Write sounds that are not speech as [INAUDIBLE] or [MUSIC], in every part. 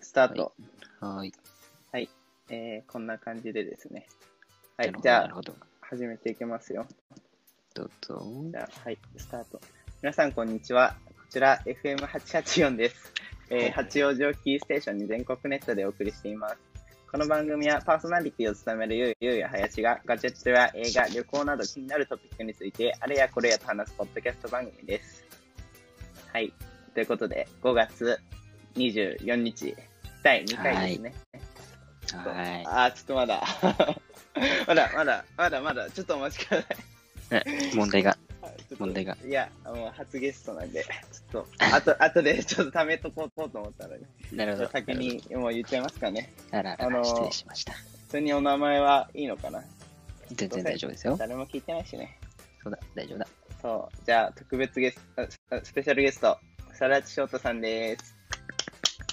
スタート。はい。えーこんな感じでですね。はい、じなゃるあ、ほど。始めていきますよ。どうぞ。じゃあ、はい、スタート。皆さん、こんにちは。こちら、FM884 です。えー八王子をキーステーションに全国ネットでお送りしています。この番組はパーソナリティを務めるゆうゆうや林がガジェットや映画、旅行など気になるトピックについてあれやこれやと話すポッドキャスト番組です。はい。ということで、5月24日、第2回ですね。はい。あー、ちょっとまだ。 [LAUGHS] まだ、まだ、まだ、まだ、ちょっとお待ちください。問題が。ちょっと問題がいや、もう初ゲストなんで、ちょっと、あと、あ [LAUGHS] とでちょっと貯めとこうと思ったので、なるほど。先にもう言っちゃいますかね。なるほど。あらあら、あのー失礼しました。普通にお名前はいいのかな全然大丈夫ですよ。誰も聞いてないしね。そうだ、大丈夫だ。そう、じゃあ、特別ゲスト、ああスペシャルゲスト、サラチショートさんです。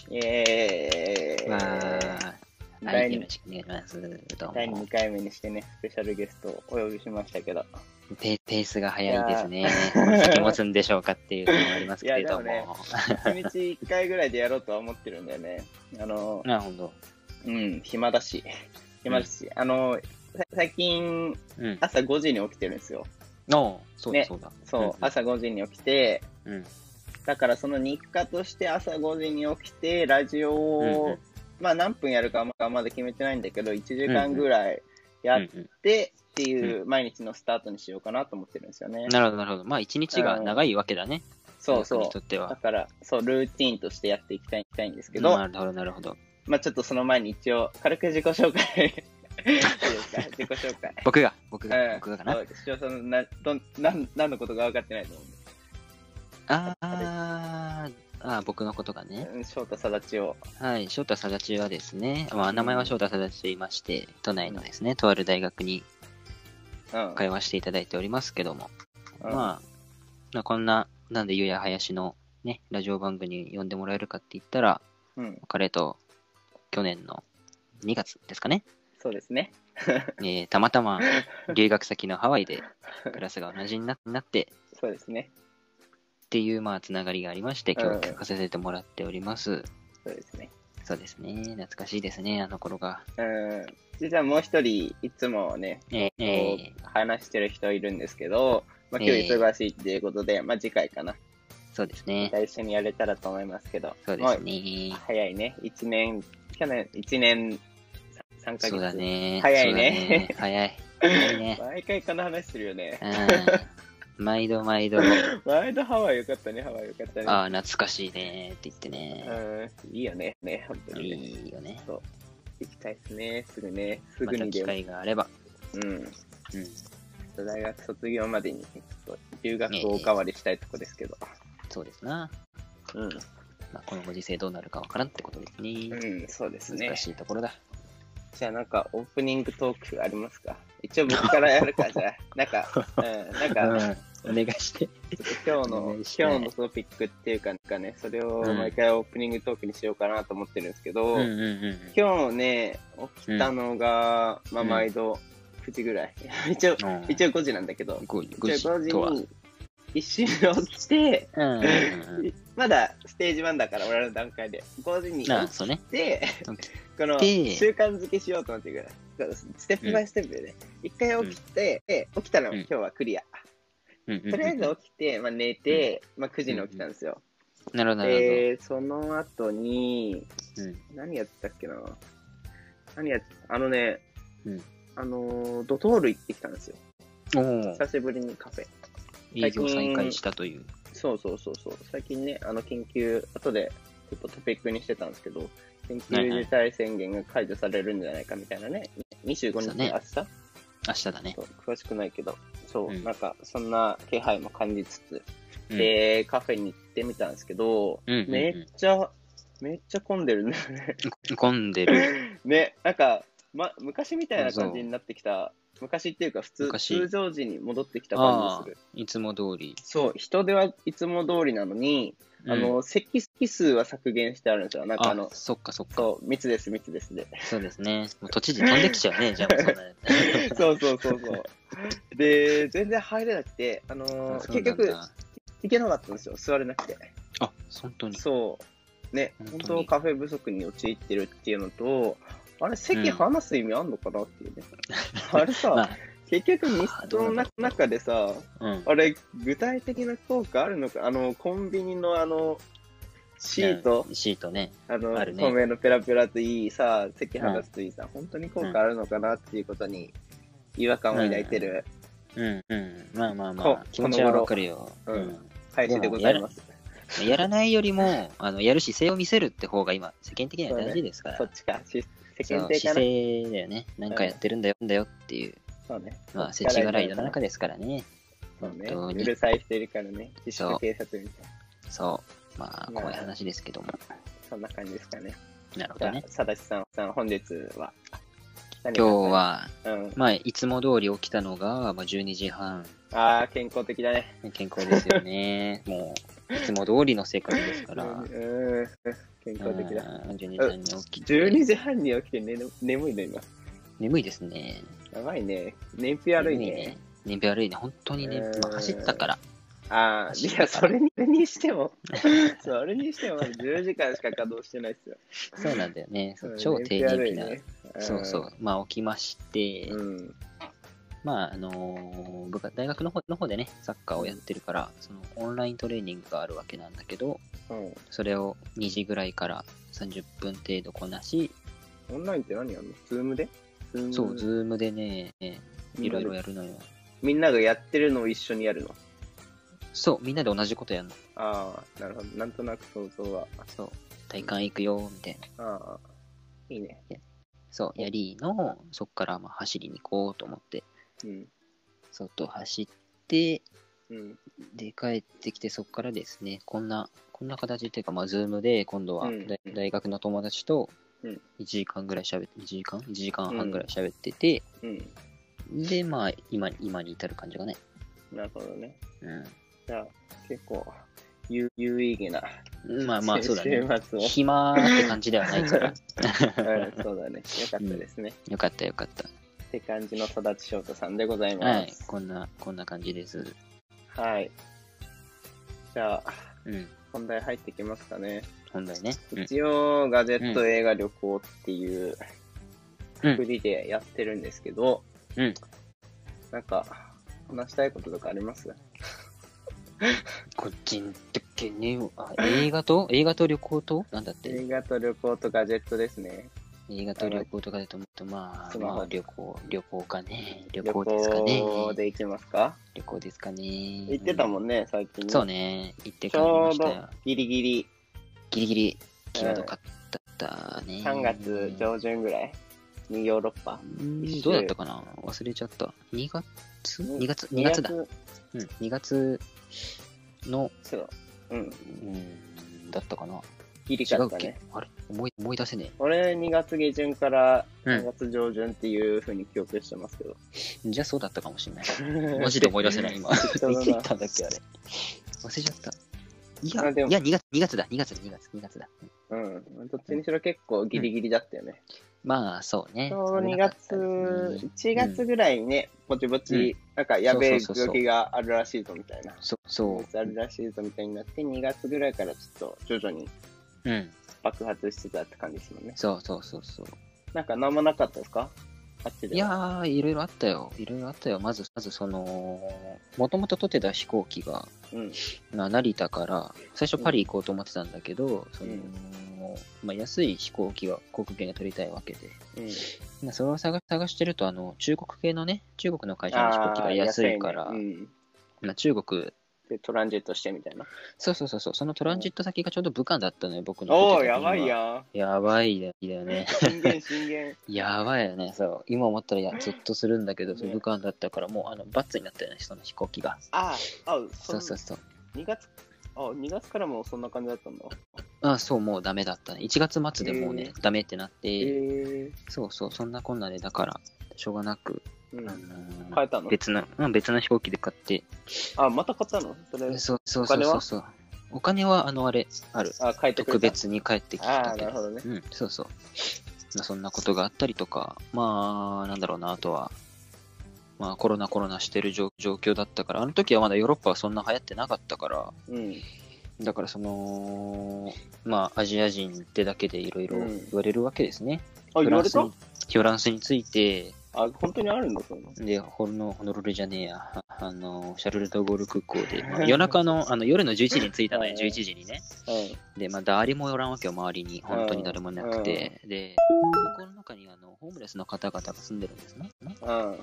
イエーイ。わーは第い、二よろしくお願いします。ど第うも2。回目にしてね、スペシャルゲストをお呼びしましたけど。ペペースが早いですね。この先持つんでしょうかっていうのもありますけれどいやでもも。 1日1回ぐらいでやろうとは思ってるんだよね。あの、なるほど。うん、暇だし、暇だし、あの、さ最近、うん。朝5時に起きてるんですよ。の、そうだ、ねそうだ。そう、うんうん朝5時に起きて、うん。だからその日課として朝5時に起きて、ラジオを、うんうんまあ何分やるかはまだ決めてないんだけど、1時間ぐらいやうっんうんてっていう毎日のスタートにしようかなと思ってるんですよね。なるほど、なるほど。まあ、一日が長いわけだね。そうこのそう人に。とってだは。から、そう、ルーティンとしてやっていきたいいきたいんですけど、なるほど、なるほど。まあちょっとその前に一応、軽く自己紹介。いいですか自己紹介。僕が、僕うが、ん僕がかな。そう視聴者のなどんなん何のことが分かってないと思うんであー、あー僕のことがね。うん翔太さだちをはい、翔太貞治はですね、まあ、名前は翔太貞治と言いまして、都内のですね、とある大学にうん通わせていただいておりますけども、うんまあ、まあこんな、なんで、ゆうや林のね、ラジオ番組に呼んでもらえるかって言ったら、うん彼と去年の2月で [LAUGHS] すかね、そうですねえーたまたま留学先のハワイでクラスが同じにななってそうですねっていう、まあ、つながりがありまして、教うん育させてもらっております。そうですねそうですね、懐かしいですね、あの頃が。うん実はもう一人いつもねえーこうえー話してる人いるんですけど、まあ、今え日え忙しいっていうことで、まあ次回かなそうですね。一緒にやれたらと思いますけどそうですもねう。早いね1年去年1年3ヶ月そうだね。早いそうねだね [LAUGHS] 早い。早いね。毎回この話するよねうん。毎度毎度、毎度ハワイよかったねハワイよかったねああ、懐かしいねって言ってね。うんいいよねね本当にねいいよね。そう。行きたいですね。すぐね。すまぐたに機でも。会があれば。うん。ちうん。ょっと大学卒業までに、ちょっと留学をおかわりしたいとこですけど。そうですな。うん。まあ、このご時世どうなるかわからんってことですね。うん、そうですね難。しいところだ。じゃあなんかオープニングトークありますか一応僕からやるか、 [LAUGHS] じゃあ。なんか、うん、うん。なんか、お願い [LAUGHS] して。ちょっと今日の、お願いしま今す日のトピックっていうか、なんかね、それを毎回オープニングトークにしようかなと思ってるんですけど、うんうんうん。今日ね、起きたのが、まあうん毎度9時ぐらい。 [LAUGHS] 一応、うん一応5時なんだけど、ごじごゃあ時5時とは。に一周起きて、うんうんうんまだステージ1だから、俺らの段階で。5時に起なあ、きそうね。て、 [LAUGHS] こので習慣づけしようと思ってくる。そうステップバイステップでね。一回起きて、で起きたらうん今日はクリア。うんうんうんとりあえず起きて、まあ、寝て、まあ、9時に起きたんですよ。なるほど、なるで、その後に、ほど。うん何やってたっけな何やってあのね、うんあのードトール行ってきたんですよ。おお、久しぶりにカフェ。営業再開したという。そうそうそうそう。最近ね、あの緊急、後でちょっとトピックにしてたんですけど、緊急事態宣言が解除されるんじゃないかみたいなね、25そう日、ね明日と明日だね。詳しくないけど、そう、うんなんかそんな気配も感じつつ、うんで、カフェに行ってみたんですけど、うんうんうんめっちゃ、めっちゃ混んでるね。混んでる。ね、なんか、ま、昔みたいな感じになってきた、昔っていうか普通、昔通常時に戻ってきた感あじあする。、いつも通り。そう、人手はいつも通りなのに、あうん、の、席数は削減してあるんですよ。なんかあの、そっかそっか。そう、密です、密です [LAUGHS] で。そうですね。もう都知事飛んできち [LAUGHS] ゃうね、じゃあもうそうなるそうそうそうそう。で、全然入れなくて、あのーそ [LAUGHS] う結なんだ局、行けなかったんですよ、座れなくて。あ、本当に。そう。ね、本本当に当カフェ不足に陥ってるっていうのと、あれ、席離す意味あんのかなって [LAUGHS] いうね。あれさ、まあ結局ミストの中中でさ、うん、あれ、具体的な効果あるのか、あの、コンビニのあの、シート、ねシートね。あの、あるね透明のペラペラといいさ、席離すといいさ、本当に効果あるのかなっていうことに違和感を抱いてるうんうん。まあまあまこあ、気持ちはこの頃わかるよ。うんうん配信でございます。やらないよ [LAUGHS] りも、あのやる姿勢を見せるって方が今、世間的には大事ですから。そっちか、し世そ間う体かな。姿勢だよね。なんかやってるんだよ、んだよっていう、そうね。まあ、そ世っち知か辛らい世の中ですからね。そうね。本当にうるさい人いるからね。自そう粛警察みたいな。そう。まあ、怖い話ですけども。そんな感じですかね。なるほじゃどあね。、さだしさん、さん本日は今今日、は、うん。まあ、いつも通り起きたのが、まあ、12時半。ああ、健康的だね。健康ですよ [LAUGHS] ね。もう、いつも通りの生活ですから。ううんん、健康的だ。 12時半に起きて。 12時半に起きて寝の眠いの今。眠いですね。やばいね。燃費悪い眠ね。。眠悪いね。本当にね、うんまあ、走ったから。ああ、いや、それにそれにしても、 [LAUGHS] それにしてもまだ10時間しか稼働してないですよ。そうなんだよね。そううん超低燃費な。。燃費悪いねそうそ。う。まあ、起きまして、んうん。まあ、あのー部活大学の方の方でね、サッカーをやってるから、そのオンライントレーニングがあるわけなんだけど、うんそれを2時ぐらいから30分程度こなし、オンラインって何やるのズームでズームそう、ズームでね、いろいろやるのよ。みんながやってるのを一緒にやるの。そう、みんなで同じことやるの。ああ、なるほど。なんとなく想像は。そう、体感行くよ、みたいな。ああ、いいね。そう、やりの、そっからまあ走りに行こうと思って、うん。外走って、うん。で、帰ってきて、そこからですね、こんな、こんな形っていうか、まあ、ズームで、今度はうん大大学の友達とうん、 1時間ぐらい喋って、1時間 ?1 時間半ぐらい喋ってて、うん。で、まあ、今、今に至る感じがね。なるほどね。うじゃあ、結構、有有意義な。ん。ま [LAUGHS] あまあ、そうだね。週 [LAUGHS] 末を。暇って感じではないから。うん、そうだね。よかったですね。よかったよかった。って感じの育ち翔太さんでございはまい。す。こんな、こんな感じです。はい。じゃあ、うん。本題入ってきますかね。本題ね。うん。一応、ガジェット映画旅行っていううんふりでやってるんですけど、うんなんか、話したいこととかあります個人的に、あ映画と映画と旅行となんだって映画と旅行とガジェットですね。映画と旅行とかでと思うと、まあ、スマホまあ、旅行、旅行かね。旅旅行ですかね。行で行きますか旅行ですかね。行ってたもんね、最近ね。そうね。行ってち帰りょまうしたどよ。ギリギリギリギリ、際どかったね。 3月上旬ぐらいにヨーロッパ。うんどうだったかな忘れちゃった。2月 ?2 月 ?2 月だ。うん、2月の、そう。うん。うん、だったかな。ギリ違かうっったけ、ね。あれ思い思い出せね俺、2月下旬からうん2月上旬っていう風に記憶してますけど。え。じゃあそうだったかもしれない。マジで思い出 [LAUGHS] せない、今。いつ当だな行ったんだっけ、あれ。忘れちゃった。いや、あでもいや2月、2月だ、2月だ、2月、2月だ。うんうん。どっちにしろ結構ギリギリだったよね。まあ、そうね。ちょうどそれ2なかっ月、たですね1月ぐらいにね、ぼちぼち、なんかやべえ病気があるらしいぞみたいな。そう、そあるらしいぞみたいになって、2月ぐらいからちょっと徐々にう。うん。爆発してたって感じですもんね。そうそうそうそう。なんか何もなかったですかあっちでは。いやー、いろいろあったよ。いろいろあったよ。まず、まずその、もともと撮ってた飛行機が、うん。まあ、成田から、最初パリ行こうと思ってたんだけど、その、まあ、安い飛行機は航空券が取りたいわけで、うん。まあ、それを探探してると、あの、中国系のね、中国の会社の飛行機が安いから、あー安いねうんまあ、中国、で、トランジットしてみたいな。そうそうそうそう、そのトランジット先がちょうど武漢だったのよ、僕の。おお、やばい。ややばいだよね。ん。[LAUGHS] 震源、震源。やばいよね。そう。今思ったらや、ずっとするんだけど、そうね武漢だったから、もう、あの、バツになったよね、その飛行機が。ああ、あそうそうそう。 2月、あ二月からもうそんな感じだったんだ。あそう、もうダメだったね。1月末でもうね、ダメってなって、えー。そうそう、そんなこんなで、だから、しょうがなく、うあん。のー変えたの別の、うん、別の飛行機で買って、あ、また買ったのそれ。そうそうおそう金はそうそう。お金は、あの、あれ、ある。あ、変えてく特れた。別に帰ってきあたあ、けなるど。ほどね。うん、そうそう。まあそんなことがあったりとか、まあ、なんだろうな、あとは、まあ、コロナコロナしてる状状況だったから、あの時はまだヨーロッパはそんな流行ってなかったから、うん。だからその、まあ、アジア人ってだけでいろいろうん言われるわけですね。あ、フ言ラわンれスたにフランスについて、あ、本当にあるんだ、そんな。で、ホのホノルルじゃねえや、ああの、シャルル・ド・ゴール空港で、まあ夜中の、あの夜の11時に着 [LAUGHS] いたのうよ、ん11時にね。うで、まあ、誰もおらんわけよ、周りに。本当に誰もいなくて。で、空港の中にあのホームレスの方々が住んでるんですね。ん。うん。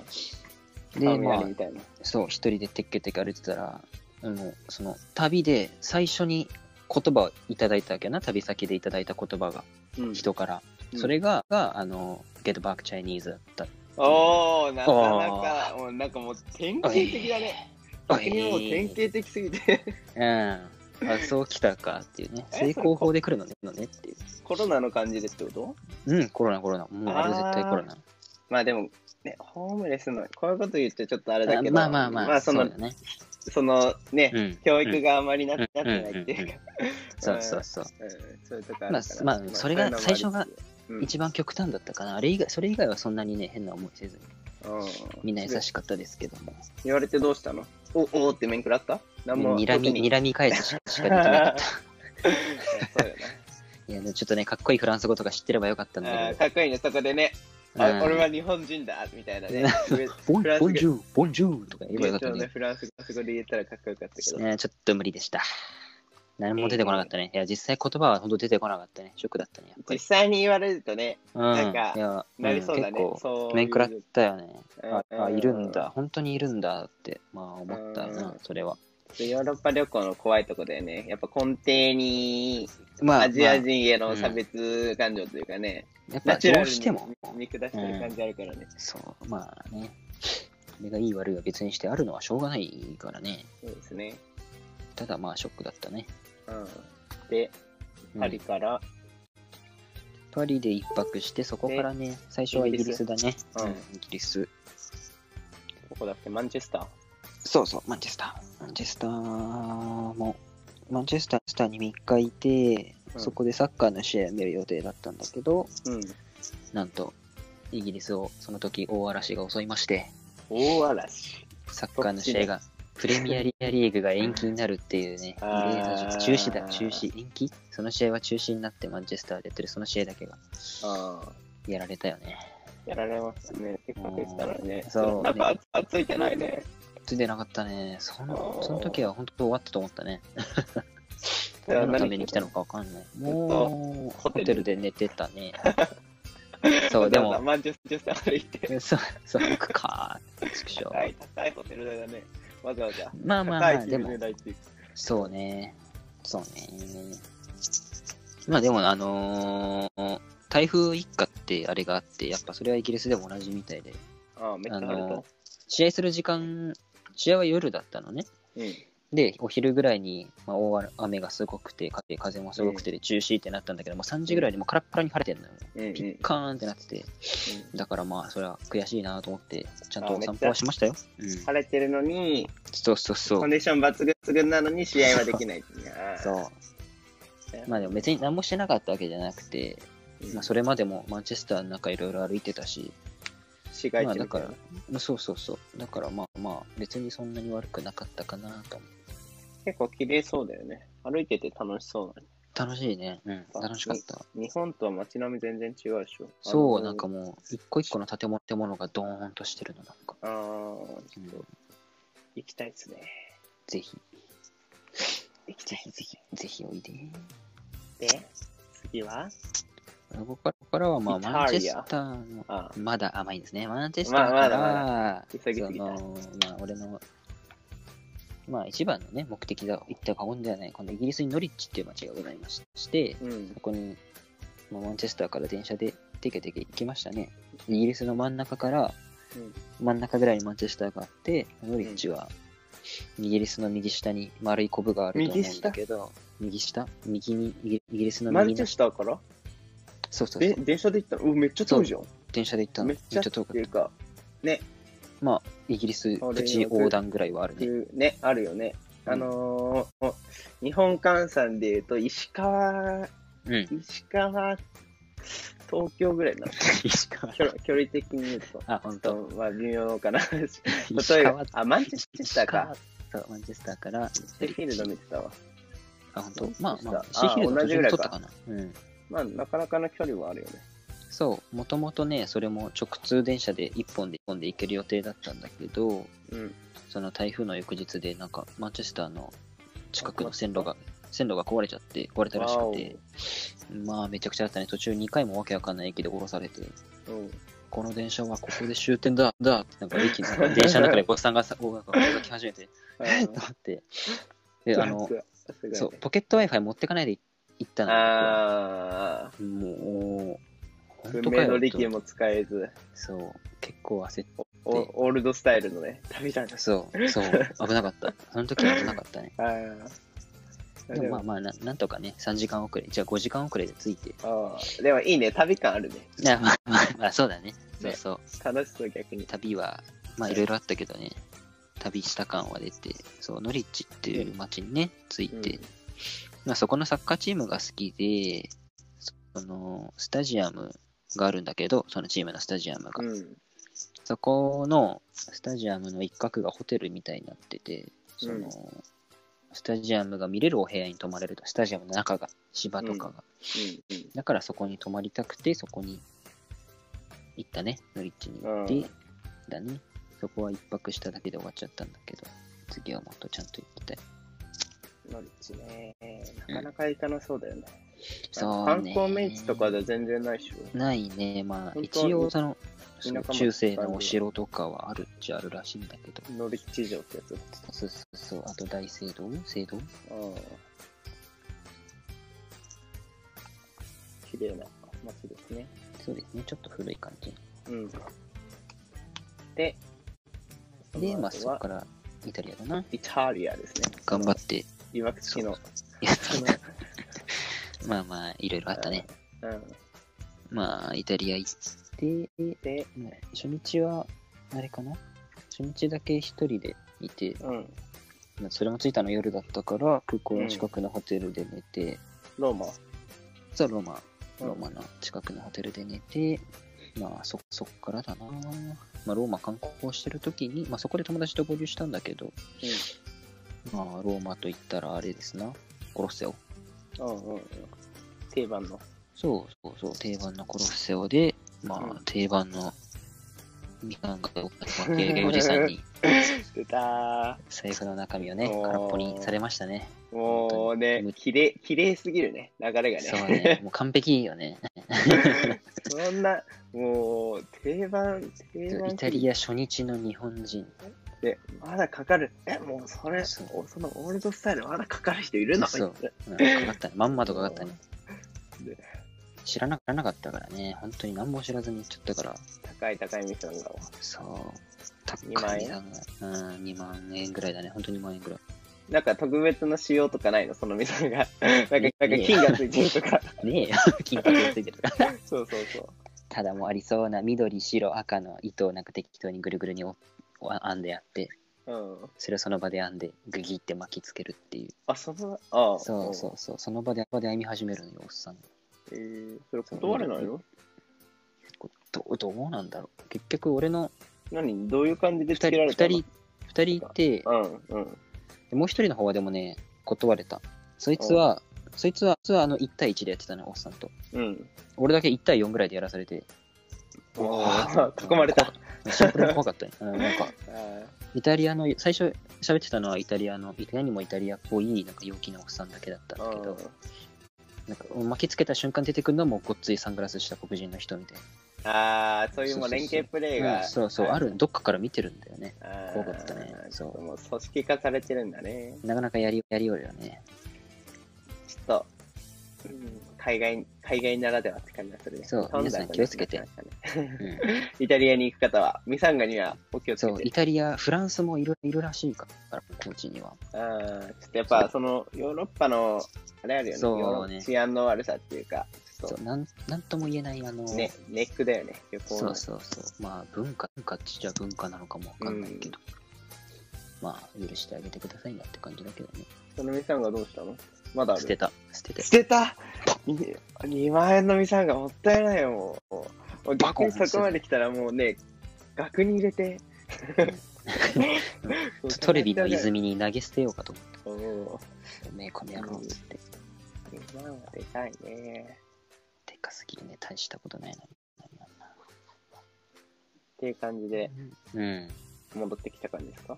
で、雨やまあり、みたいな。そう、一人でテッケテケ歩いてたら、あのその旅で最初に言葉をいただいたわけやな、旅先でいただいた言葉が、うん人から。うんそれが、があの、Get Back Chinese だった。おー、なかなか、もうなんかもう典型的だね。おい。逆にもう典型的すぎて、うん。あ、そう来たかっていうね。 [LAUGHS] え成功法で来るのねのねっていう。 [LAUGHS] コロナの感じでってことうん、コロナ、コロナ。もうあれ絶対コロナ。まあでも、ね、ホームレスの、こういうこと言ってちょっとあれだけあど、まあまあまあ、まあその、うだね。そのね、うん。教育があまりな,、うんなってないっていうか、そうそうそう。うん、そういうとこあるからまあまあそれが最そういう初が、のもありつ一番極端だったかな。あれ以外、それ以外はそんなにね、変な思いせずに、つうん、みんな優くしかったですけども。言われてどうしたのおおーって面食らった何もにらみ、特にらみ返すししかできなかった。 [LAUGHS] そうよいや、ちょっとね、かっこいいフランス語とか知ってればよかったんなあーだけかっこいいねそこでね、ど。あうん俺は日本人だみたいなね [LAUGHS] ボンフランス語ボンジュー、ボンジューとか言えばよ現かった状ねね。フランス語で言えたらかっこよかったけど、ねちょっと無理でした。何も出てこなかったね。いや、実際言葉は本当出てこなかったね。ショックだったね。やっ実ぱり。際に言われるとねうんなんかいやなりそうだね、ん結構、そういう面食らったよね。あうんあ、いるんだ。本当にいるんだって、まあ思ったなうん、それは。ヨーロッパ旅行の怖いとこだよね。やっぱ根底にまあ、アジアま人への差別感情というかね、あやっぱナチュラどルうにしても、見下してる感じあるからね。そう、まあね。それがいい悪いは別にしてあるのはしょうがないからね。そうですね。ただまあショックだったね。うん、で、うんパリから、パリで一泊して、そこからね、最初はイギリスだね。うんうんイギリス。どこだっけ、マンチェスター。そうそう、マンチェスター。マンチェスターも、マンチェスタースターに3日いて、うんそこでサッカーの試合を見る予定だったんだけど、うん。なんと、イギリスをその時大嵐が襲いまして、大嵐。サッカーの試合が、プレミアリーグが延期になるっていうね、[LAUGHS] 異あー例の事態中止だ、中止、延期その試合は中止になってマンチェスターでやってるその試合だけがああ、やられたよね。やられましたね。せっかく行ったのにね。そうなんか熱熱いてないね。ついてなかったね。そのあーその時は本当終わったと思ったね。じゃあ何のために来たのかわかんない。もう、ホホテルテルで寝てた [LAUGHS] ね。そう、でも、マンチェスターから行って、そう、そう、行くかーって、畜高い、生。高いホテルだね。わざわざ。まあまあま高いあ、でホテもル、代っていうそうね。そうね。まあでも、あのー台風一過ってあれがあって、やっぱそれはイギリスでも同じみたいで、ああ、めっちゃあ晴れた。のー試合する時間、試合は夜だったのね。うん。で、お昼ぐらいに、まあ、大雨がすごくて、風風もすごくてで、中止ってなったんだけど、もう3時ぐらいにもうカラッカラに晴れてんのよ。うんピッカーンってなってて、だからまあ、それは悔しいなと思って、ちゃんとお散歩はしましたよ。うん。晴れてるのに、そうそうそコンう。ディション抜群なのに試合はできないっていうね。そう。まあでも別に何もしてなかったわけじゃなくて、まあ、それまでもマンチェスターの中いろいろ歩いてたし、市街ま地あみただいなから、まあそうそうそう。だからまあまあ、別にそんなに悪くなかったかなと思う。結構綺麗そうだよね。歩いてて楽しそうな楽しいね。うん。あ楽しかった。の日本とは街並み全然違うでしょ。そう、あのなんか。もう、一個一個の建物建物がドーンとしてるの、なんか。あーうん行きたいですね。ぜひ、行きたぜいひ、ぜひ、ぜひおいで。で、次はここからここからは、まあ、イタリアマンチェスターの、あーまだ甘いんですね。マンチェスタまあーまかだまら、急ぎすそぎたの、まあ、俺の、まあ、一番のね、目的が言った過言ではない、このイギリスにノリッチっていう街がございまして、うんそ。こに、まあ、マンチェスターから電車でテケテケ行きましたね。イギリスの真ん中から、真ん中ぐらいにマンチェスターがあって、ノリッチは、イギリスの右下に丸いコブがあると思うんだけど、右下右にイギ、イギリスのマン右チェの、スターからそうそうそでう、電車で行ったのうんめっちゃ遠いじゃん。電車で行ったの。めめっっちちゃゃ遠遠いかっっていう。たか、ね、まあ、イギリスプチ横断ぐらいはあるね。ね、あるよね。あのー日本換算で言うと、石川うん。石川、東京ぐらいなの石川。距離距離的に言うと。あ、本ち当。ょっとまあ微妙かな。例石え川ば、あ、マンチェスターか。そう、マンチェスターから、シェフィールド見てたわ。あ、本当。まあまあ、あ C ヒルの同途じぐ中でらい取かったかな。うん。まあ、なかなかの距離はあるよね。そう、もともとね、それも直通電車で1本で1本で行ける予定だったんだけど、うん。その台風の翌日で、なんか、マンチェスターの近くの線路が、線路が壊れちゃって、壊れたらしくて、まあ、めちゃくちゃだったね。途中2回もわけわかんない駅で降ろされて、わおうん。この電車はここで終点だ、だって、なんか駅の、なんか電車の中でおっさんがさ、音楽が動き始めて、えっと思 [LAUGHS] って、で、あのす、ごいねそう、ポケット Wi-Fi 持ってかないで行ったの。ああ、もう、運本当か命のよ利と器。も使えず、そう、結構焦って、おオールドスタイルのね、旅なんです。そう、 [LAUGHS] そう、危なかった。その時は危なかったね。あーで [LAUGHS] もまあまあな、なんとかね、3時間遅れ、じゃあ5時間遅れで着いて。いあーでもいいね、旅感あるね。や、まあまあ、まあ、そうだね。そうそう。楽しそう、逆に。旅は、まあいろいろあったけどね、旅した感は出て、そう、ノリッチっていう街にね、着いて、まあ、そこのサッカーチームが好きで、その、スタジアムがあるんだけど、そのチームのスタジアムが。うん。うんそこのスタジアムの一角がホテルみたいになってて、その、うんスタジアムが見れるお部屋に泊まれると、スタジアムの中が、芝とかが。だからそこに泊まりたくて、そこに行ったね、ノリッチに行って、うんだね。そこは一泊しただけで終わっちゃったんだけど、次はもっとちゃんと行きたい。うん。ノリッチね、なかなか行かなそうだよね。そう観ね。光名地とかで全然ないっしょ。ないね、まあ、本当は一応その、田そ舎の町中世のお城とかはあるっちゃあるらしいんだけど、ノリッチ城ってやつ。そうそうそう、あと大聖堂聖堂うん。綺麗な街ですね。そうですね、ちょっと古い感じ。うん。で、で、のまあ、後そはこからイタリアだな。イタリアですね。頑 [LAUGHS] 張って。いわくつきの。やっそのたまあまあ、いろいろあったね。うん。まあ、イタリア行って、で、まあ初日は、あれかな初日だけ一人でいて、うん。まあそれも着いたの夜だったから、空港の近くのホテルで寝て、ローマ。そう、ローマ、うんローマの近くのホテルで寝て、まあそ、そっからだな。まあ、ローマ観光してる時に、まあ、そこで友達と合流したんだけど、まあ、ローマと言ったらあれですな、コロッセオ。うん。うんうんうん。定番の。そうそうそう、定番のコロッセオで、まうあん、定番のみかんがおゲゲおじさんに出た財布の中身をね、 [LAUGHS] おー空っぽにされましたね。ー。もうね本当、に綺麗、綺麗すぎるね。流れがそね。うね、もう完璧 [LAUGHS] よね。そんな、もう、定番、定番。イタリア初日の日本 [LAUGHS] 人。で、まだかかる。え、もうそれ、そそうのオールドスタイル、まだかかる人いるのそうみたいうんかかったね。まんまとかかったねで。知らな知らなかったからね、本当に何も知らずに行っちゃったから、な高い高い店なんだわ。そう、高2万い円な。うん、2万円ぐらいだね、本当に2万円ぐらい。なんか特別な仕様とかないのその店 [LAUGHS] が。なんか、なんかね金がついてるとか。ねえよ、 [LAUGHS] 金箔がついてるから。 [LAUGHS] そうそうそう。ただもうありそうな緑、白、赤の糸をなんか適当にぐるぐるにおお編んであって、うん、それをその場で編んで、ぐぎって巻きつけるっていう。あ、その、ああ、そうそうそう、その場で場で編み始めるのよ、おっさんが。うん。えー、それ断れないのこうどうどうなんだろう。結局、俺の何どういう感じで2つけら人、れた二の人、二人いて、うん、うん。でもう一人の方はでもね、断れた。そいつは、そいつは、そいつはあの1対1でやってたね、おっさんと。うん。俺だけ1対4ぐらいでやらされて。おわー囲まれた。あシンプルに怖かったね。うん、なんか、ーイタリアの、最初喋ってたのはイタリアの、いかにもイタリアっぽい、なんか陽気なおっさんだけだったんだけど、なんか巻きつけた瞬間出てくるのはもうごっついサングラスした黒人の人みたいあー、そういうもう連携プレーな。が。うん、そうそう、ある、どっかから見てるんだよね。あー。怖かったねそうもう組織化されてるんだね。なかなかやり、やりよるよね。ちょっと、うん、海外、海外ならではって感じがするね。そう飛だ皆さん気をつけてなかなかねうん。イタリアに行く方は、ミサンガにはお気 [LAUGHS] をつけそう、イて。タリア、フランスもいる、いるらしいから、コーチには。あーちょっとやっぱ、その、ヨーロッパの、あれあるよね。そうねヨーロッパ治安の悪さっていうか、ちょっそとう、なん、なんとも言えない、あの、ね、ネックだよね、旅行そのう。そうそう。まあ、文化、文化っちゃ文化なのかもわかんないけど、まあ、許してあげてくださいなって感じだけどね。そのミサンガどうしたのまだある捨てた、捨てて。捨てた 2, 万円のミサンガもったいないよ、もう。もう逆にそこまで来たらもうね、額に入れて、 [LAUGHS] トレビ [LAUGHS] の泉に投げ捨てようかと思っおおた。ね、この野郎っつって。ー、まあ、でかいね。でかすぎるね、大したことないな。っていう感じでうん。戻ってきた感じですか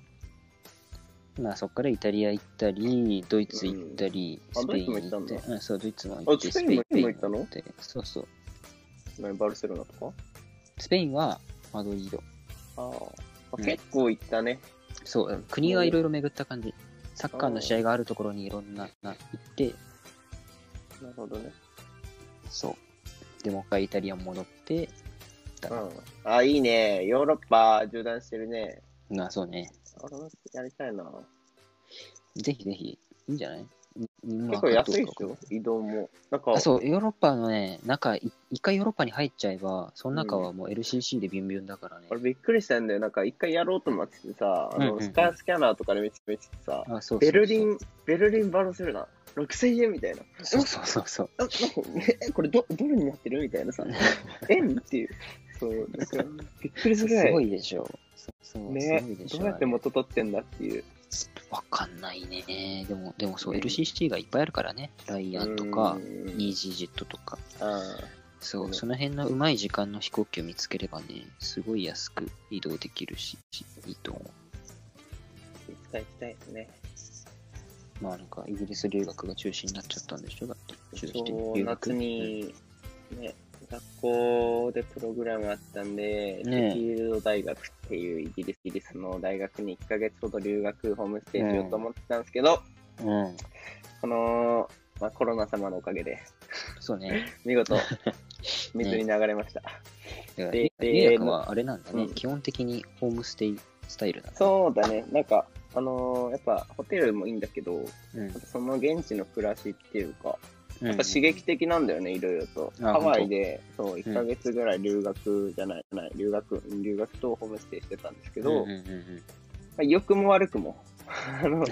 まあそこからイタリア行ったり、ドイツ行ったり、うんあスペインドイツも行っ行ったんてだ、うん、そう、ドイツも行って、あスペインもスペイン行ったの行って、そうそう。何バルセロナとかスペインはマドリード。あー、うあ、ん結構行ったね。そう、国はいろいろ巡った感じ。サッカーの試合があるところにいろんな、な行って、なるほどね。そう。で、もう一回イタリア戻って、だう。なんあ、いいね。ヨーロッパ縦断してるね。まあそうね。あれやりたいな。ぜひぜひ、いいんじゃないに今結構安いでどすうかわかんなよ、移動も。なんか、あそう、ヨーロッパのね、中、い一回ヨーロッパに入っちゃえば、その中はもう LCC でビュンビュンだからね。俺びっくりしたんだよ。なんか一回やろうと思っててさ、あうんうんの、うんスカイスキャナーとかで見て見ててさ、あ、そうそうそうベルリ。ン、ベルリン、バルセロナ、6000円みたいな。そうそうそうそう。あ、なんかえ、これドドルになってるみたいな [LAUGHS] さ、円っていう。そう、なんか、びっくりすするぐらい。ごいでしょ。そうそうねすごいでしょどうやって元取ってんだっていう。あれわかんないね。でも、でもそう、うん LCC がいっぱいあるからね。ライアンとかう、んイージージェットとか。あそう、うんその辺のうまい時間の飛行機を見つければね、すごい安く移動できるし、いいと思ーいつか行きたいですね。う。まあなんか、イギリス留学が中止になっちゃったんでしょだって。中止ってそう、夏。に、ね、学校でプログラムあったんで、ねシェフィールド大学っていうイギリスイギリスの大学に1ヶ月ほど留学ホームステイしようと思ってたんですけど、うんうん。この、まあ、コロナ様のおかげで、そうね。見事、水に流れました。でで、で留学はあれなんだね、うん基本的にホームステイスタイルだね。そうだね、なんか、あのーやっぱホテルもいいんだけど、う。ん。その現地の暮らしっていうか、ややっぱ刺激的なんだよね、いろいろと。あハワイで、そう、1ヶ月ぐらい留学じゃない、じゃない、留学、留学とホームステイしてたんですけけど、うまんうんうんあ良くも悪くも。あ [LAUGHS] の、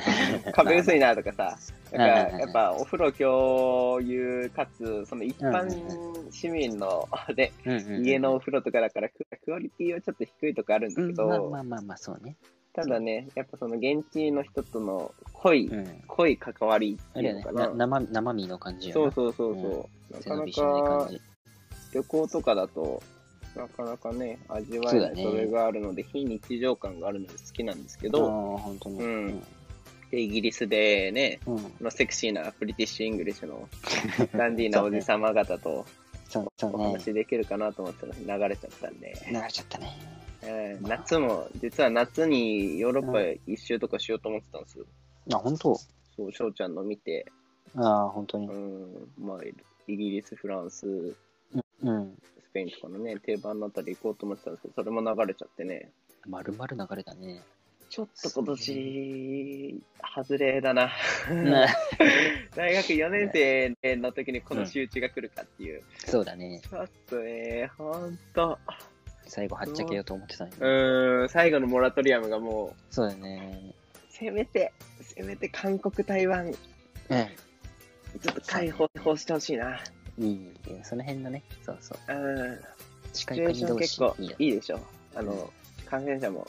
壁薄いなとかさ、まあなまあんか、やっぱお風呂共有かつ、その一般市民の、ね、うんうんうん家のお風呂とかだから、ククオリティはちょっと低いとかあるんだけうん、まあまどあ、まあまあ、そうね。ただね、やっぱその現地の人との濃い、うん。濃い関わりってあいれうのだねか、なな。生生身の感じよそなうそうそうそう。なか背伸なびしないか感、じ。旅行とかだとなかなかね味わえないそうだねそれがあるので、非日常感があるので好きなんですけあどあ、本当に。うんでイギリスでねうん。うんこのセクシーなプリティッシュ・イングリッシュのダンディーなおじさま方とそうそうおね。話できるかなと思ったら流れちゃったんで、流れちゃったね。えー夏も実は夏にヨーロッパ一周とかしようと思ってたんですよあ、本当そう翔ちゃんの見てああ、本当うに。んまあイギリスフランスうん。スペインとかのね定番のあたり行こうと思ってたんですけどそれも流れちゃってねまるまる流れだね。ちょっと今年、外れだな。な大学4年生の時にこの仕打ちが来るかっていう。 [LAUGHS] そうだね。ちょっとね、ほんと。最後、はっちゃけようと思ってたのにうーん、最後のモラトリアムがもそうだね。う、せめて、せめて韓国、台湾、ちうょっと解放解放してほしいな。ん。いい。その辺のね、そうそう。うん、シ近チュいエーシ国ョン同結士構いいよ。いいでしょ。あの、感染者も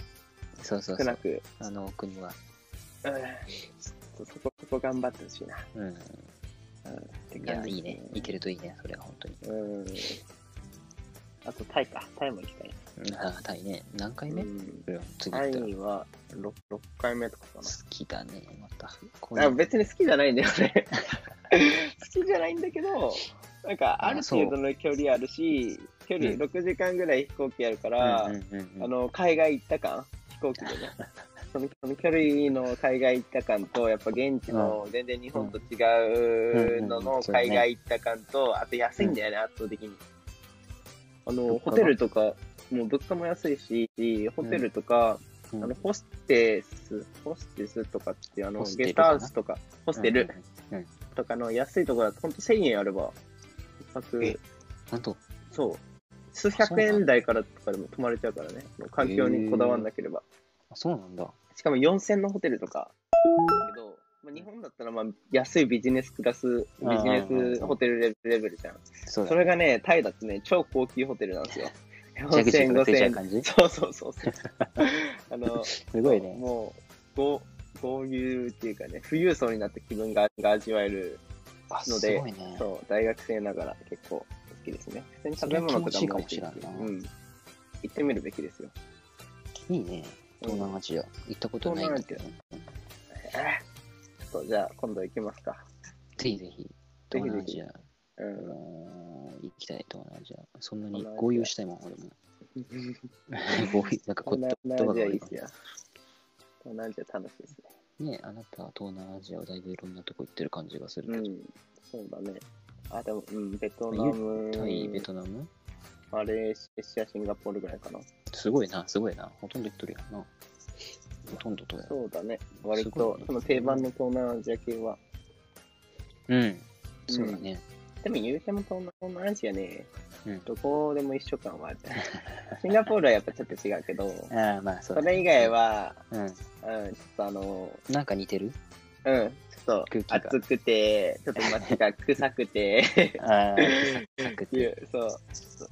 そうそう少そなう。く、あの国は。うん、そそこ、そこ頑張ってほしいな。うん。うん、っていや感、じいいね。いけるといいね。それは本当に。うん。あと、タイか。タイも行きたい。ああ、タイね。何回目うんうん次タ行っイたら。は 6, 6回目とかか好きだね、また。こうな。あ別に好きじゃないんだよね。 [LAUGHS] 好きじゃないんだけど、なんかある程度の距離あるし、距離うん6時間ぐらい飛行機やるかうんら、うんうんうんあの海外行った感、飛行機でね。そのその距離の海外行った感と、やっぱ現地の全然日本と違うのうんうんうのんそうね海外行った感と、あと安いんだよね、圧倒的に。あの物価ホがテルとか、もう物価も安いし、ホテルとか、うんあのホステス、ホステスとかっていうあのホステルゲストハウスとか、ホステうんうルんうん。とかの安いところだと、ほんと1000円あれば、一え泊、本当そう、数百円台からとかでも泊まれちゃうからね、環境にこだわんなければ。あそうなんだ。しかも4000のホテルとか、だけど、まあ、日本だったらまあ安いビジネスクラス、あビージネスホテルレベルじゃん。そうだ [LAUGHS] それがね、タイだとね、超高級ホテルなんですよ。蛇口とかついちゃう感じそうそうそう [LAUGHS] そう。あの、すすごいね。もう、ご、豪遊っていうかね、富裕層になった気分がが味わえる、あ、のすでごいね。そう、大学生ながら結構好きですね。普通に食べ物とかも美味しいしそれは気持ちいいかもしれんなうん。行ってみるべきですよ。いいね。東南アジア。行ったことないんだけど。東ぜえーちょっとじゃあ今度行きますか。ひぜひ。東南アジア。う。うん行きたい、東南アジア。そんなに合流したいもん、俺 [LAUGHS] も。東南アジアい合流、なんかこ言葉が悪いいっすよ。東南アジア楽しいですね。ねあなたは東南アジアをだいぶいろんなとこ行ってる感じがするうけど。ん。そうだね。あ、でも、うん、ベトナム、タイ、ベトナムマレーシア、シンガポールぐらいかな。すごいな、すごいな。ほとんど行っとるやんな。ほとんどとや。そうだね。割すごといね、その定番の東南アジア系は。うん。そうだね。でも言うても東南東南アジアね、うんどこでも一緒感はあ [LAUGHS] る。シンガポールはやっぱちょっと違うけど、ああ、まあそそうだね。れ以外は、ううん、ちょっとあの、ん。なんか似てるうん、ちょっ空気とが暑くて、ちょっと街が臭くて、ああ、サクいてうそう、そんな感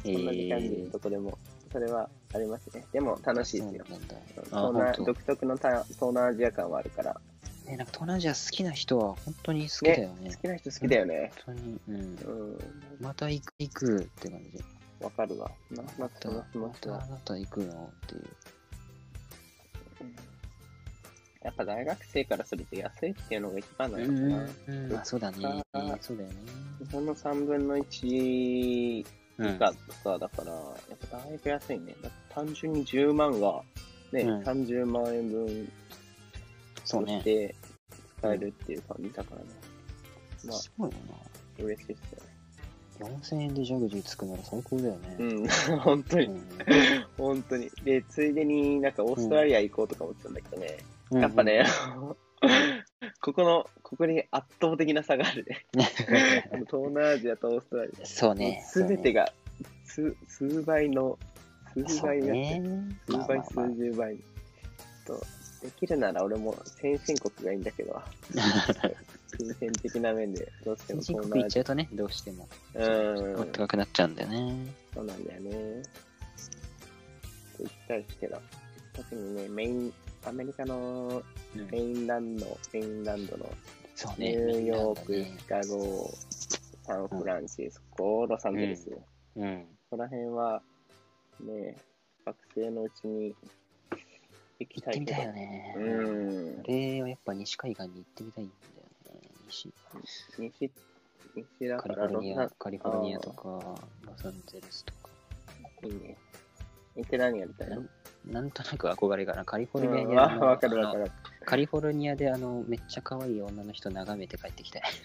じえーどこでも、それはありますね。でも楽しいですよ。そうなんだ東あ南本当独特のた東南アジア感はあるから、ね、なんか東南アジア好きな人は本当に好きだよね。好きな人好きだよね。本当に。うん。うん、また行く行くって感じ。わかるわ。なままた、た、ままた、またあた。なた行くのっていう。うんやっぱ大学生からすると安いっていうのが一番なのかうんな。うん。まあそうだね物価。そうだよね。日本の3分の1以うん。下とかだから、やっぱだいぶ安いね。だって単純に10万が、ね、うん30万円分そとうしね。て使えるっていう感じだからね。まあ、すごいよな。嬉しいっすよ4000円でジャグジーつくなら最高だよね。ね。うん、 [LAUGHS] 本当に、本当に。で、ついでになんかオーストラリア行こうとか思ってたんだけどね。うんやっぱね、 [LAUGHS] ここの、ここに圧倒的な差がある [LAUGHS] ね。あの東南アジアとオーストラリそうア。ね。すべてが数数倍の、数そう倍になってねる。。数まあまあ倍、まあ数十倍。とできるなら俺も先進国がいいんだけど、金銭的な面でどうしても東先進国南行アっちジゃうとね、どうしても。ア。うんもっ、と高くなっちゃうんだよね。そうなんだよね。と行きたいですけど、特にね、メイン、アメリカのうんメインランド、メインランドのそうニね。ューヨーみんク、なシカだねゴ、サンフランシスコ、ロサンゼルス、こうん。こら辺はね、学生のうちに行き行たっていみけたいどよ、ね。うんあ、れはやっぱ西海岸に行ってみたいんだよね。西西、西だかカリフらォルロニサア、カリフォルニアとか、ロサンゼルスとか。ン、いいね。行って何やりたいなのんなんとなく憧れがな。カリフォルニアうんでああ、の、わかるわかあのる。カリフォルニアであの、めっちゃ可愛い女の人眺めて帰ってきたい。 [LAUGHS]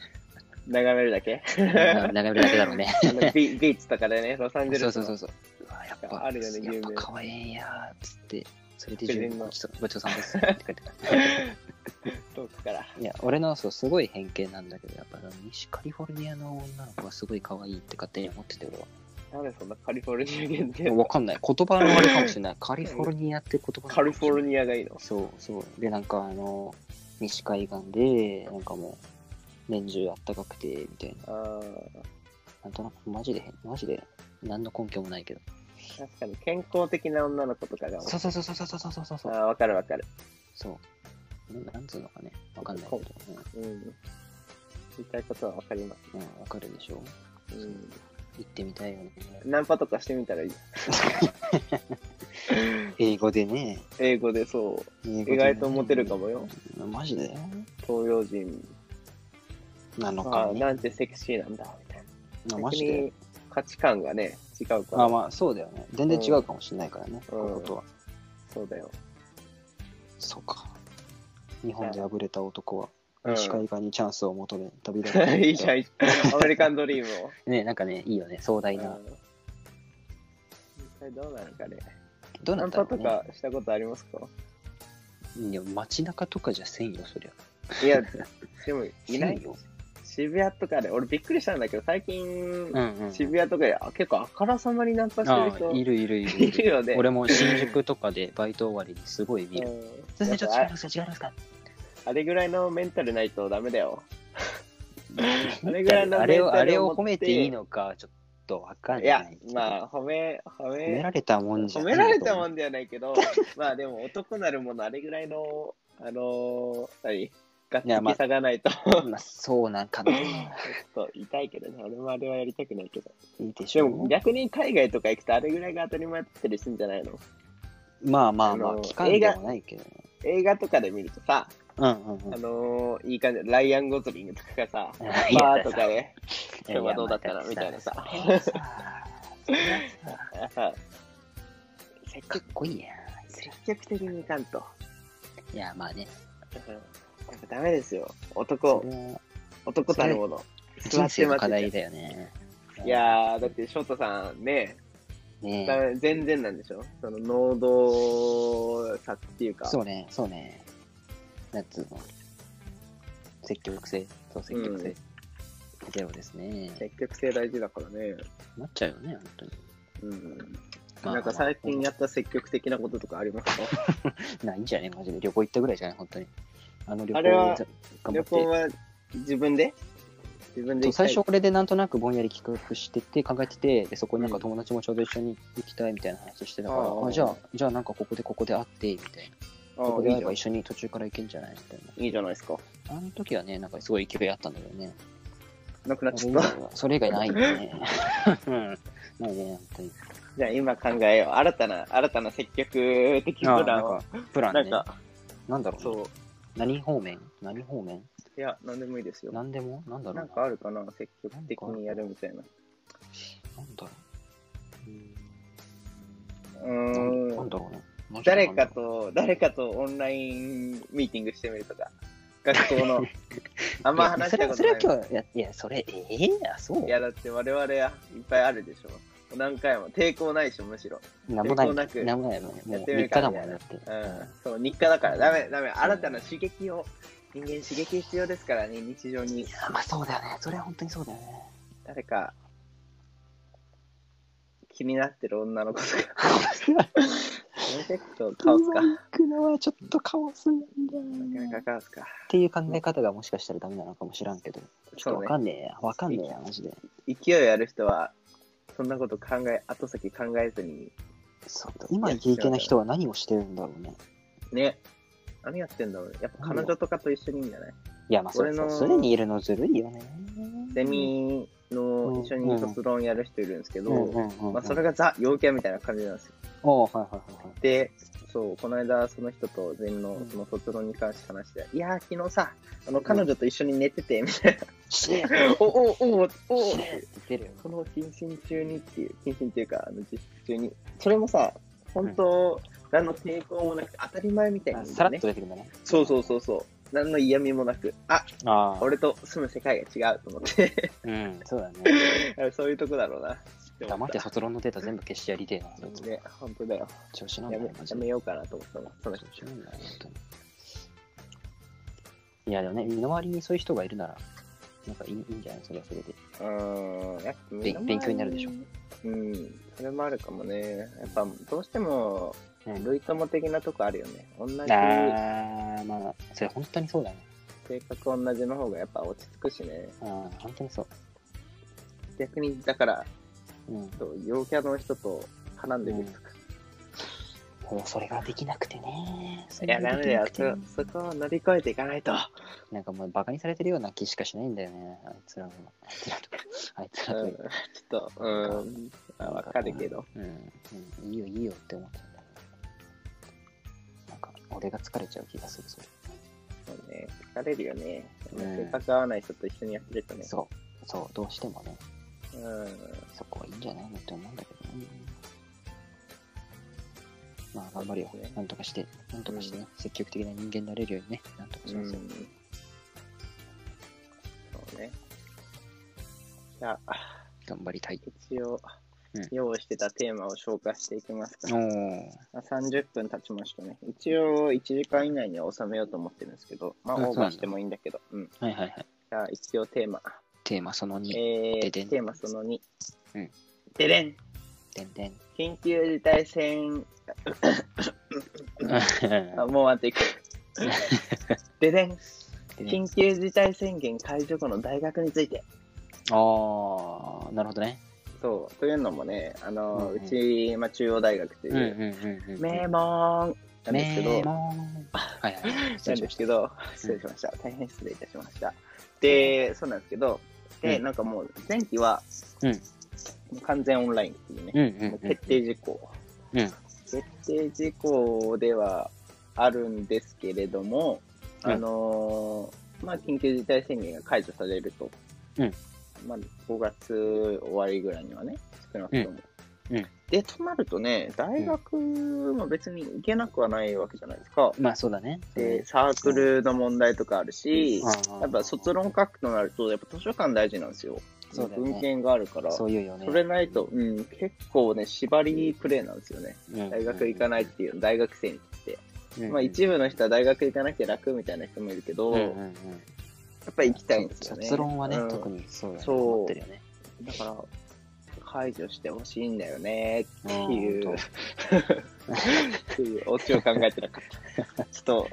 眺めるだけ [LAUGHS] 眺めるだけだろうね。あのビビーチとかでね、ロサンゼそルうスそのうそうそう。うわやっぱ、あるよねやっぱ有名可愛いやーっつって、それで自十然分のごちそうごちそうさんですって帰ってくる遠くから。いや、俺のそうすごい偏見なんだけど、やっぱあの西カリフォルニアの女の子はすごい可愛いって勝手に思ってて俺は。なんでそんなカリフォルニア限定わかんない。言葉のあれかもしれない。カリフォルニアって言葉カリフォルニニアがいいのそうそう。で、なんかあの、西海岸で、なんかもう、年中あったかくて、みたいな。あーなんとなく、マジで、マジで、何の根拠もないけど。確かに健康的な女の子とかが多いそうそうそうそうそうそうそうそう。ああ、わかるわかる。そう。ななんつうのかね。わかんないけど。ううん。言いたいことはわかりまん、うんわかるでしょす。うん。行ってみたいよね。ナンパとかしてみたらいい。英語でね。英語でそう。意意外とモテるかもよ。マジで東洋人。なのかああ、ね。なんてセクシーなんだ。みたいあな。マジで。に価値観がね、違うから。あまあ、そうだよね。全然違うかもしれないからね。うんこことは。そうだよ。そうか。日本で敗れた男は、うん西海岸にチャンスを求め、旅立っていいじゃん、いい [LAUGHS] じゃんアメリカンドリームを。 [LAUGHS] ね、なんかね、いいよね、壮う大んな。実際どうなるかね。どうナなんンだろパうとね。かしたことありますかいや街中とかじゃせんよ、そり [LAUGHS] ゃ。いや、でも [LAUGHS] せいなんいよ。渋谷とかで、俺びっくりしたんだけど、最近う、んうん。渋谷とかであ結構あからさまにナンパしてるあ人あ、いるいるいるいるよね。俺も新宿とかでバイト終わりにすごい見うる。んすいません、ちょっと違やっいぱますか、違いますか。ああれぐらいのメンタルないとダメだよ。あれぐらいのあれを、メンタあれルを持っをて褒めていいのか、ちょっとわかんない。いや、まあ、褒め、褒褒めめ、られたもんじゃ褒められたもんんではないけど、まあでも男なるもの、あれぐらいの、あのー、何、がっいやまつあきさがないと、まあ、そうなんかな。ちょっと痛いけどね、俺もあれはやりたくないけど。いいでしでょもう。逆に海外とか行くと、あれぐらいが当たり前だったりするんじゃないのまあまあまああ、の期間ではないけどね。映画とかで見るとさ、うんうんうんあ。のーいい感じ、ライアン・ゴズリングとかがさ、いやバーとかで、いや今日はどうだったのみたいなさ。やまあそれはさはいせっかくこいいやん。積極的にいかんと。いや、まあね。うんやっぱダメですよ。そ男、れは男たるもの。座人って生の待課って題ちだよね。ゃういやー、だって翔太さんね、ねダメ全然なんでしょその能動さっていうか。そうね、そうね。なんつうの。積極性。そう、積極性。ゼロですね。積極性大事だからね。なっちゃうよね、本当に。うん。まあなんか最近やった積極的なこととかありますかないんじゃねマジで。旅行行ったぐらいじゃない本当に。あの旅行あれはざ頑張旅っ行て。は自分で自分で行そうきたい最初これでなんとなくぼんやり企画してて考えててでそこになんか友達もちょうど一緒に行きたいみたいな話してたから、うんあじゃあじゃあなんかここでここで会ってみたいなあここでいい会えじゃばん一緒に途中から行けんじゃないみたいいいじゃないですか。なあの時はねなんかすごい勢いあったんだけどねなくなっちそゃれ以った。外はそれ以外ないよ [LAUGHS] ねうんないね本当にじゃあ今考えよう。新たな、新たな積極的プあラなんンをか。プランなねんなんか、だろう,、そ何方面何方面う。いや、なんでもいいですよ。何でもなんだろなうなんかあるかな、積極的にやるみたいな。なんだろううんうなんなーんん。だろうねマジで誰なんだかろうと、誰かとオンラインミーティングしてみるとか。学校 [LAUGHS] の。あんま話したこといなやそれい。はそれは今日いやいやそれええあそういや、だって我々はいっぱいあるでしょ。何回も。抵抗ないでしょ、むしろ。なんもない抵抗なくなんもないもんもやうってみる3かみた日だいもなんだって、うん。そう、日課だから。ダメ、ダメ。新たな刺激を。人間刺激必要ですからね、日常に。あまあそうだよねそれは本当にそうだよね誰か。気になってる女の子とか。ちょっとカオ [LAUGHS] スか。な行くのはちょっとカオスなんだよかなかカねオスか。っていう考え方がもしかしたらダメなのかもしらんけどちょっとそうわねかんねえやわかんねえやマジで勢いある人は、そんなこと考え、後先考えずに、そうだ今イケイケな人は何をしてるんだろうねね。何やってんだろうね。やっぱ彼女とかと一緒にいいんじゃないいやまあそう俺のそうそれにいるのずるいよねゼミうんの一緒に卒論やる人いるんですけうんうんど、うんうんまあ、それがザ陽キャみたいな感じなんですよ。おーはい [LAUGHS] はいはいはいで、そう、この間その人とゼミのその卒論に関して話して、いやー、昨日さ、あの、彼女と一緒に寝てて、みたいな。シェーお、お、お、お、出るよその謹慎中にっていう、謹慎というか、あの実習中に、それもさ、本当、何の抵抗もなく、当たり前みたいな、あさらっと出てくるんだねそうそうそうそう、何の嫌味もなく、あああ俺と住む世界が違うと思って、 [LAUGHS] うんそうだねそういうとこだろうな。て思黙ってた卒論のデータ全部消してやりてえなそいつね、本当だよ。調子なんだやめよマジやでめようかなと思ったの、その人調子なんだよ本当にいやでもね身の回りにそういう人がいるならなんかいいいいんじゃないそれはそれでうーん、やっぱ身の回り勉強になるでしょ。うん、それもあるかもね。やっぱ、どうしても、うん類友的なとこあるよね。同じあーまあそれ本当にそうだね性格同じの方がやっぱ落ち着くしね。うん本当にそう逆に、だから、うんそう陽キャの人と絡んでみるとか。もうそれができなくてねそいれや、がダでメだよきなくてねそ。そこを乗り越えていかないと。なんかもうバカにされてるような気しかしないんだよねあいつらもあいつらとかあいつうらとん、ちかょっと、うん、あわかるけど。うん、うん、いいよいいよって思っちゃうんだよねなんか俺が疲れちゃう気がするそれそうね、疲れるよね。うん性格合わない人と一緒にやってるとね。そうそうどうしてもねうん。そこはいいんじゃないのって思うんだけどねまあ頑張るよそうですねなんとかしてなんとかしてね、積極的な人間になれるようにねなんとかしうまんすそよ、うね。じゃあ、頑張りたい一応うん、用意してたテーマを消化していきますか、おーまあ30分経ちましたね。一応、1時間以内には収めようと思ってるんですけど、まあ、うんオーバーしてもいいんだけど、うん。はいはいはいじゃあ、一応テーマ。テーマその2えでー、でんテーマその2。うんででんでんでん緊急事態宣あもう待って [LAUGHS] いく。ででんででん緊急事態宣言解除後の大学について。ああなるほどねそう。というのもね、あの、うんうんうち、まあ、中央大学というんうんう、うんうん。名門なんですけど、名門はいはい。 [LAUGHS] 失な礼んしですけましたど、失礼しました。大変失礼いたしました。で、そうなんですけど、で、うんなんかもう、前期は、うんもう完全オンラインっていうね、うんもううんうん。決定事項。うん決定事項ではあるんですけれども、うんあのーまあ、緊急事態宣言が解除されると、うんまあ、5月終わりぐらいにはね、少なくとも。うんうんで、となるとね、大学も別に行けなくはないわけじゃないですか。まあそうだね。で、サークルの問題とかあるし、ややっぱ卒論書くとなると、やっぱ図書館大事なんですよ。そうだよね文献があるから。そういうよね。それないと、うん、結構ね、縛りプレイなんですよね。大大学行かないっていう、大学生にって。うんまあ、一部の人は大学行かなきゃ楽みたいな人もいるけど、うんうんやうんっぱり行きたいんですよね。卒論はね、うん特にそうだね。そう思ってるよね。だから、解除してほしいんだよねっていうう、んっていうオチを考えてなか [LAUGHS] った。ちょっと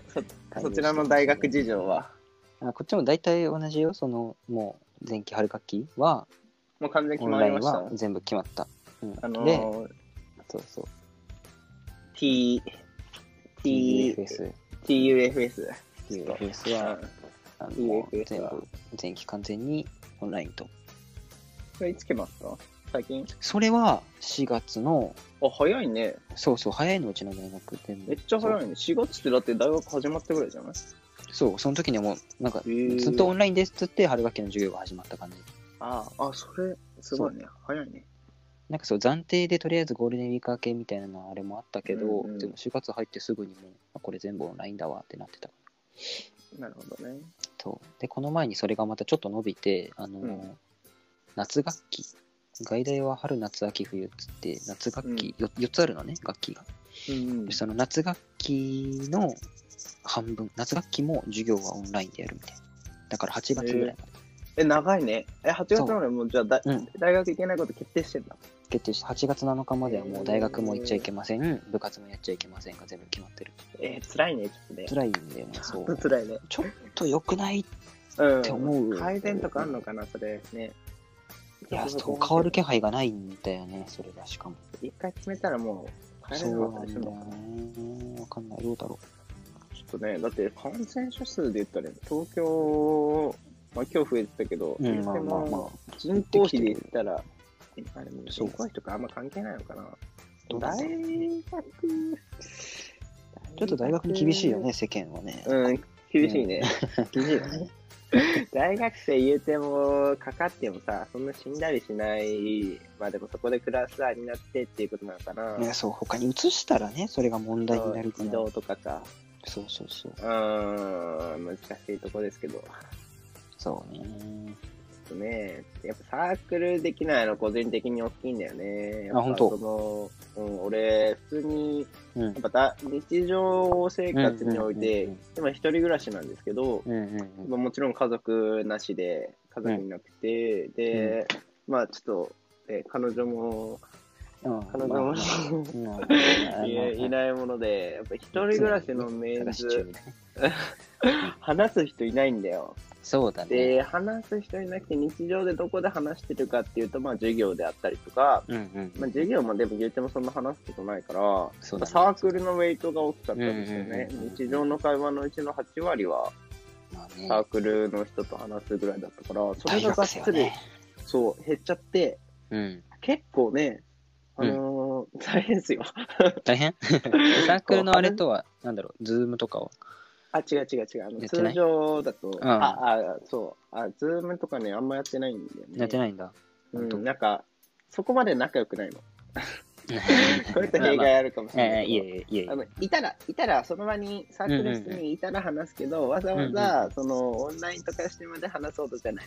そ、そちらの大学事情は、あこっちも大体同じよ。その、もう、前期春学期は、もう完全にオ決ンまラりインましたは。全部決まった。うんあで、のー、そうそう。 T、T、 TFS。 TUFS。 TFS は、うんあの TFS 全は部、前期完全にオンラインと。これいつ決まった最近それは4月の、あ、早いね。そうそう、早いのうちの大学全部。めっちゃ早いね。4月ってだって大学始まったぐらいじゃないそう。そう、その時にはもう、なんか、ーずっとオンラインですっつって、春学期の授業が始まった感じ。ああ、それ、すごいね。早いね。なんかそう暫定でとりあえずゴールデンウィーク明けみたいなのはあれもあったけど、うんうんでも4月入ってすぐにもうあこれ全部オンラインだわってなってたなるほどね。とでこの前にそれがまたちょっと伸びてあのー、うん夏学期外大は春夏秋冬っつって夏学期、よ4つあるのね学期が、うんでその夏学期の半分夏学期も授業はオンラインでやるみたいなだから8月ぐらいまでえ、長いね。え、8月までもうじゃあだ、うん大学行けないこと決定してんだ。決定して8月7日まではもう大学も行っちゃいけません、部活もやっちゃいけませんが全部決まってるえー、辛いね、ちょっとね。辛いんだよねちそょっうと辛いね。ちょっと良くないいうん。て思う改善とかあんのかな、それ。ね。や、そう変わる気配がないんだよね、それがしかも。一回決めたらもう、変えそれなうかなったんりだするのよかな。ね。わかんない、どうだろちょっとね、だって感染者数で言ったら、東京、まあ今日増えてたけど、う。うん、まあでまあもま人口比で言ったら、あれもそ人う口比とかあんま関係ないのかな。どうだ大ろう学あ。ちょっと大学に厳しいよね、世間はね。うん、厳しいね。厳しいよね。 [LAUGHS] 大学生言うても、かかってもさ、そんな死んだりしない、まあでもそこでクラスターになってっていうことなのかな。ね、そう、他に移したらね、それが問題になるか移ら。動とかさ、そうそうそう。うーん、難しいとこですけど、ちょそうね。っとね、やっぱサークルできないの個人的に大きいんだよね。あ本当やっぱその、うん、俺、普通に、うんやっ。ぱだ日常生活においてうんうん、今一人暮らしなんですけど、うんうんうん。まあもちろん家族なしで、家族いなくて、で、まあちょっと、え彼女も、うん彼女も、まあまあま [LAUGHS] あいえいないもので、やっぱ一人暮らしのメン探し中ズ、ね話す人いないんだよ。そうだね。で、話す人いなくて、日常でどこで話してるかっていうと、まあ授業であったりとか、うんうん。まあ、授業もでも言ってもそんな話すことないから、そうまあだねサークルのウェイトが大きかったんですよねうんうんうんう。ん日常の会話のうちの8割はまあねサークルの人と話すぐらいだったから、それ大がが学っ生はつり、ねそう、減っちゃって、うん。結構ね、あのー大変ですよ。 [LAUGHS] 大変サークルのあれとは、なんだろう、ズームとかは。あ、違う違う違う。あのやってな通い常だと、んあ、あ、そう、あ、ズームとかね、あんまやってないんだよね。やってないんだ。本当うん、なんか、そこまで仲良く [LAUGHS] ないの。ここ [LAUGHS] れと弊害あるかもしれないけど。ええいえいえいえいあのいたら、いたら、その場に、サークル室にいたら話すけど、わざわざ、その、オンラインとかしてまで話そうとじゃない。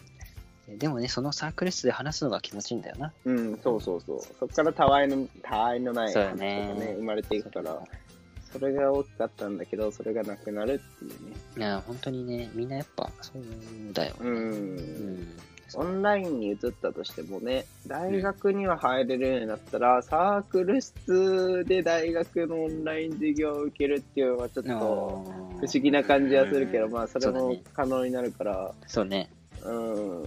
え。でもね、そのサークル室で話すのが気持ちいいんだよな。うん、そうそうそう。そこからたわいの、たわいのないそう話だとかねね、生まれていくから、それが大きかったんだけど、それがなくなるっていうね。いや、本当にね、みんなやっぱそうだよ。う。うんん。オンラインに移ったとしてもね、大学には入れるようになったら、サークル室で大学のオンライン授業を受けるっていうのはちょっあとー不思議な感じはするけど、うんまあそれそうだもね可能になるから、そうね。うん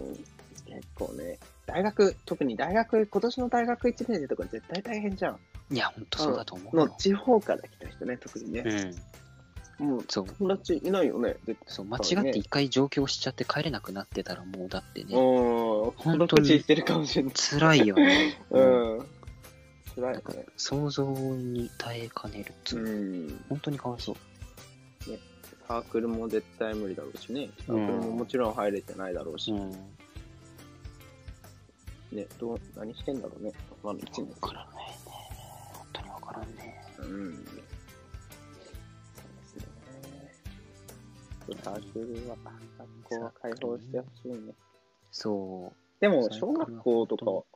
結そうね。大学、特に大学、今年の大学1年生とか絶対大変じゃん。いや、本当そうだと思うのよ。地方から来た人ね、特にうね。ん。もうそう。友達いないよね。でそう、間違って一回上京しちゃって帰れなくなってたらもうだってね、おー、本当に孤独死してるかもしれない。辛いよね。 [LAUGHS] うん。辛いなよんかね。想像に耐えかねる。つうん。本当にかわいそう。サークルも絶対無理だろうしね。サークルももちろん入れてないだろうし。うん。ね、どう、何してんだろうね。まだ1わ年生からないね。本当にわからんね。うん。そうですね。サークルは、学校は開放してほしいね。そう。でも、小学校と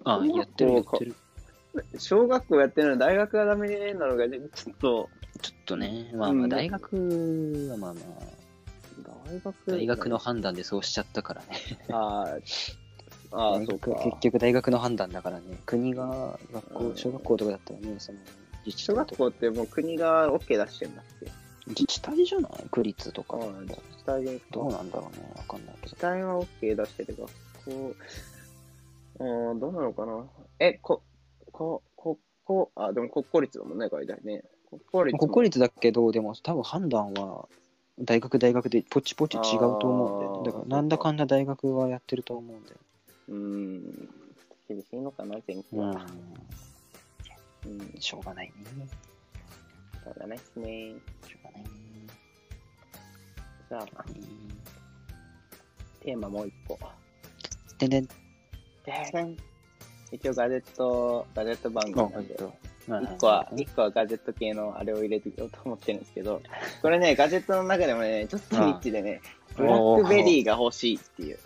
か、あ、やってるやってる。小学校やってるの大学がダメなのがね、ちょっと、ちょっとね、まあまうあん大学はまあまあ、大学大学の。判断でそうしちゃったからね。ああ、ああ、大そうか学は。結局大学の判断だからね。国が学う校、ん小学校とかだったらね、その自治小体学とか。校ってもう国が OK 出してんだっけ自治体じゃない区立とか。うん、自治体でどうなんだろうね。わかんないけ自治。ど体は OK 出してる学校、うん、どうなのかなえ、こ、こ、こ、こ、あ、でも国公立だもんね、外大ね。国公立も。国公立だけど、でも多分判断は大学大学でポチポチ違うと思うんだよね。だあーからなんだかんだ大学はやってると思うんだよ。うん。厳しいのかな、全国うは。ん。うん、ししょうがないね。ょうがないっすね。しょうがないね。じゃあ、テーマもう一個。でね、でーん [LAUGHS] 一応ガジェット、ガジェット番組なんで。まあ一個は、一個はガジェット系のあれを入れていようと思ってるんですけ [LAUGHS] ど、これね、ガジェットの中でもね、ちょっとニッチでね、ブラックベリーが欲しいっていう。知っ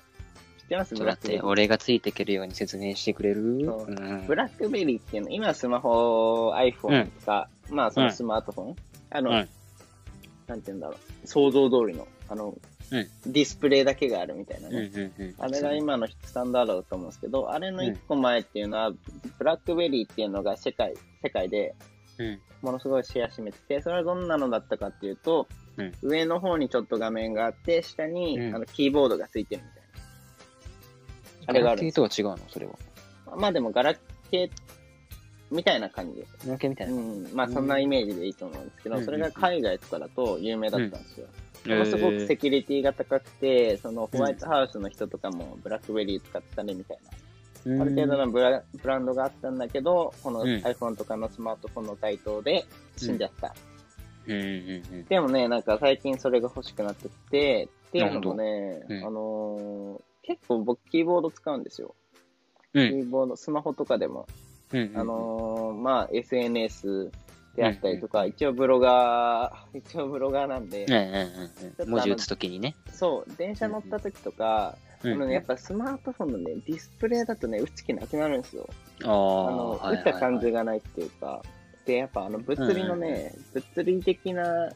てますちょブラッっとだっクベリて、ー。俺がついていけるように説明してくれるそううんブラックベリーっていうの、今スマホ、iPhone とか、まあそのスマートフォン、あの、うんなんて言うんだろう、想像通りの、あの、うんディスプレイだけがあるみたいなうんね。うんうんあれが今のスタンダードだと思うんですけど、あれの一個前っていうのは、ブラックベリーっていうのが世界、世界で、うんものすごいシェア占めてて、それはどんなのだったかっていうと、うん上の方にちょっと画面があって、下に、うんあのキーボードがついてるみたいな。あれがあるんでガラすケーとは違うのそれは。まあでも、ガラケーみたいな感じで。ガラケーみたいな。うん。まあそんなイメージでいいと思うんですけど、うんそれが海外とかだと有名だったんですよ。ものすごくセえキュリティが高くて、そのホワイトハウスの人とかもブラックベリー使ってたねみたいな。ーある程度のブラブランドがあったんだけど、このうん iPhone とかのスマートフォンの台頭で死んじゃった。うんうんうんでもね、なんか最近それが欲しくなってきて、っていうのもね、なるほどうんあのー結構僕キーボード使うんですよ。キうんーボード、スマホとかでも。うんうん。あのーまあ SNS であったりとか、うん一応ブロガー、 [LAUGHS] 一応ブロガーなんで、うんうんうんとあうん。の文字打つときにね。そう、電車乗った時とか、うんあのねやっぱスマートフォンのね、ディスプレイだとね、打つ気なくなるんですよ。ああのの、打った感じがないっていうか、で、やっぱあの物理のね、物理的な、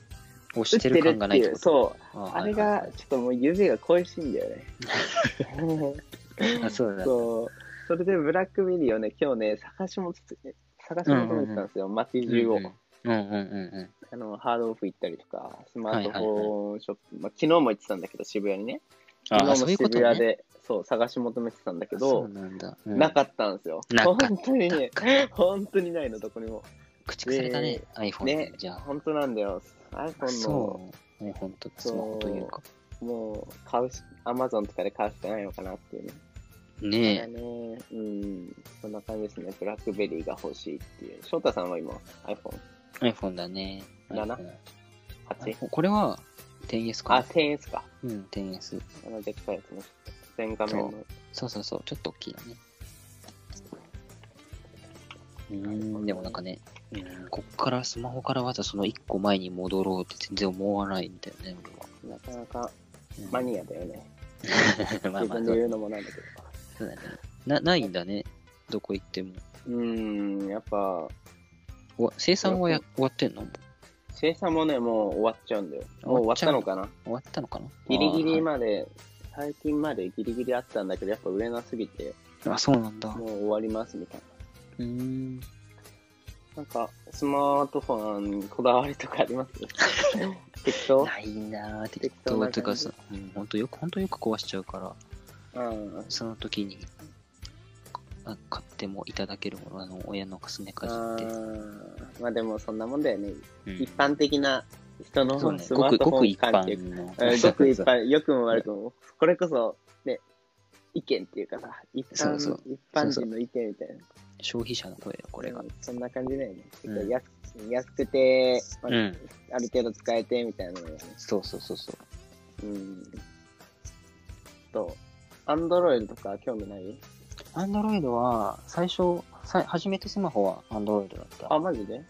押打しっててるるっ感がなていっいてう、ことそう、ああーれはいが、ちょっともう指が恋しいんだよ [LAUGHS] ね。はいあ、そうだ。そう、それでブラックベリーをね、今日ね、探しもつつ、探し求めてたんですよ、街中を。うんうんうんうん。あの、ハードオフ行ったりとか、スマートはいはいフォンショップ、まあ、昨日も行ってたんだけど、渋谷にね。あ昨ー、日そもういうこ渋と谷ね。で、そう、探し求めてたんだけそど、うなんだ。うんなかったんですよ。なかった本当にね、本当にないの、どこにも。駆逐されたね、iPhone ねに。じゃ本当なんだよ。あ。 iPhone のそう。ね、ほんと、スマホというか。もう買うし、アマゾンとかで買うしかないのかなっていうね。ねだえ。ねうん。そんな感じですね。ブラックベリーが欲しいっていう。翔太さんは今、 iPhone だね。だな iPhone iPhone8? これは 10S あ、か。 10S か。うん、10S。あの、でっかいやつね。全画面の。そうそうそう、ちょっと大きいよね。うーん、でもなんかね、うん、こっからスマホからわざその1個前に戻ろうって全然思わないんだよね、俺は。なかなかうん [LAUGHS] マニアだよね。まあ自まあ分でそう言うのもなんだけど。そうだね。な、ないんだね。どこ行っても。うん、やっぱ、お生産はや終わってんの生産もね、もう終わっちゃうんだよ。もう終終わわっっちたゃうのかな終わったのかなギリギリあまで、最近までギリギリあったんだけど、やっぱ売れなすぎて、ーはいあ、そうなんだ。もう終わりますみたいな。うーん。なんか、スマートフォンにこだわりとかあり [LAUGHS] ます適当ないなぁ、適適当当なという感かじさ、うん、ほんとよく、ほんとよく壊しちゃうから、うん。その時にあ買ってもいただけるものあの親のかすめあかじって、ーまあでもそんなもんだよね。うん一般的な人のそうねスごマーくトフごォくン一感般っていうかのうんごく一そう般、良くも悪くも、これこそ、ね、意見っていうかさ、一般そうそう一般人の意見みたいな。消費者の声よこれが、うんそんな感じだよね。うんてか安安くて、まあうんある程度使えてみたいなのがね。そうそうそうそううん。と、アンドロイドとか興味ないアンドロイドは最初さ初めてスマホはアンドロイドだったあ、マジで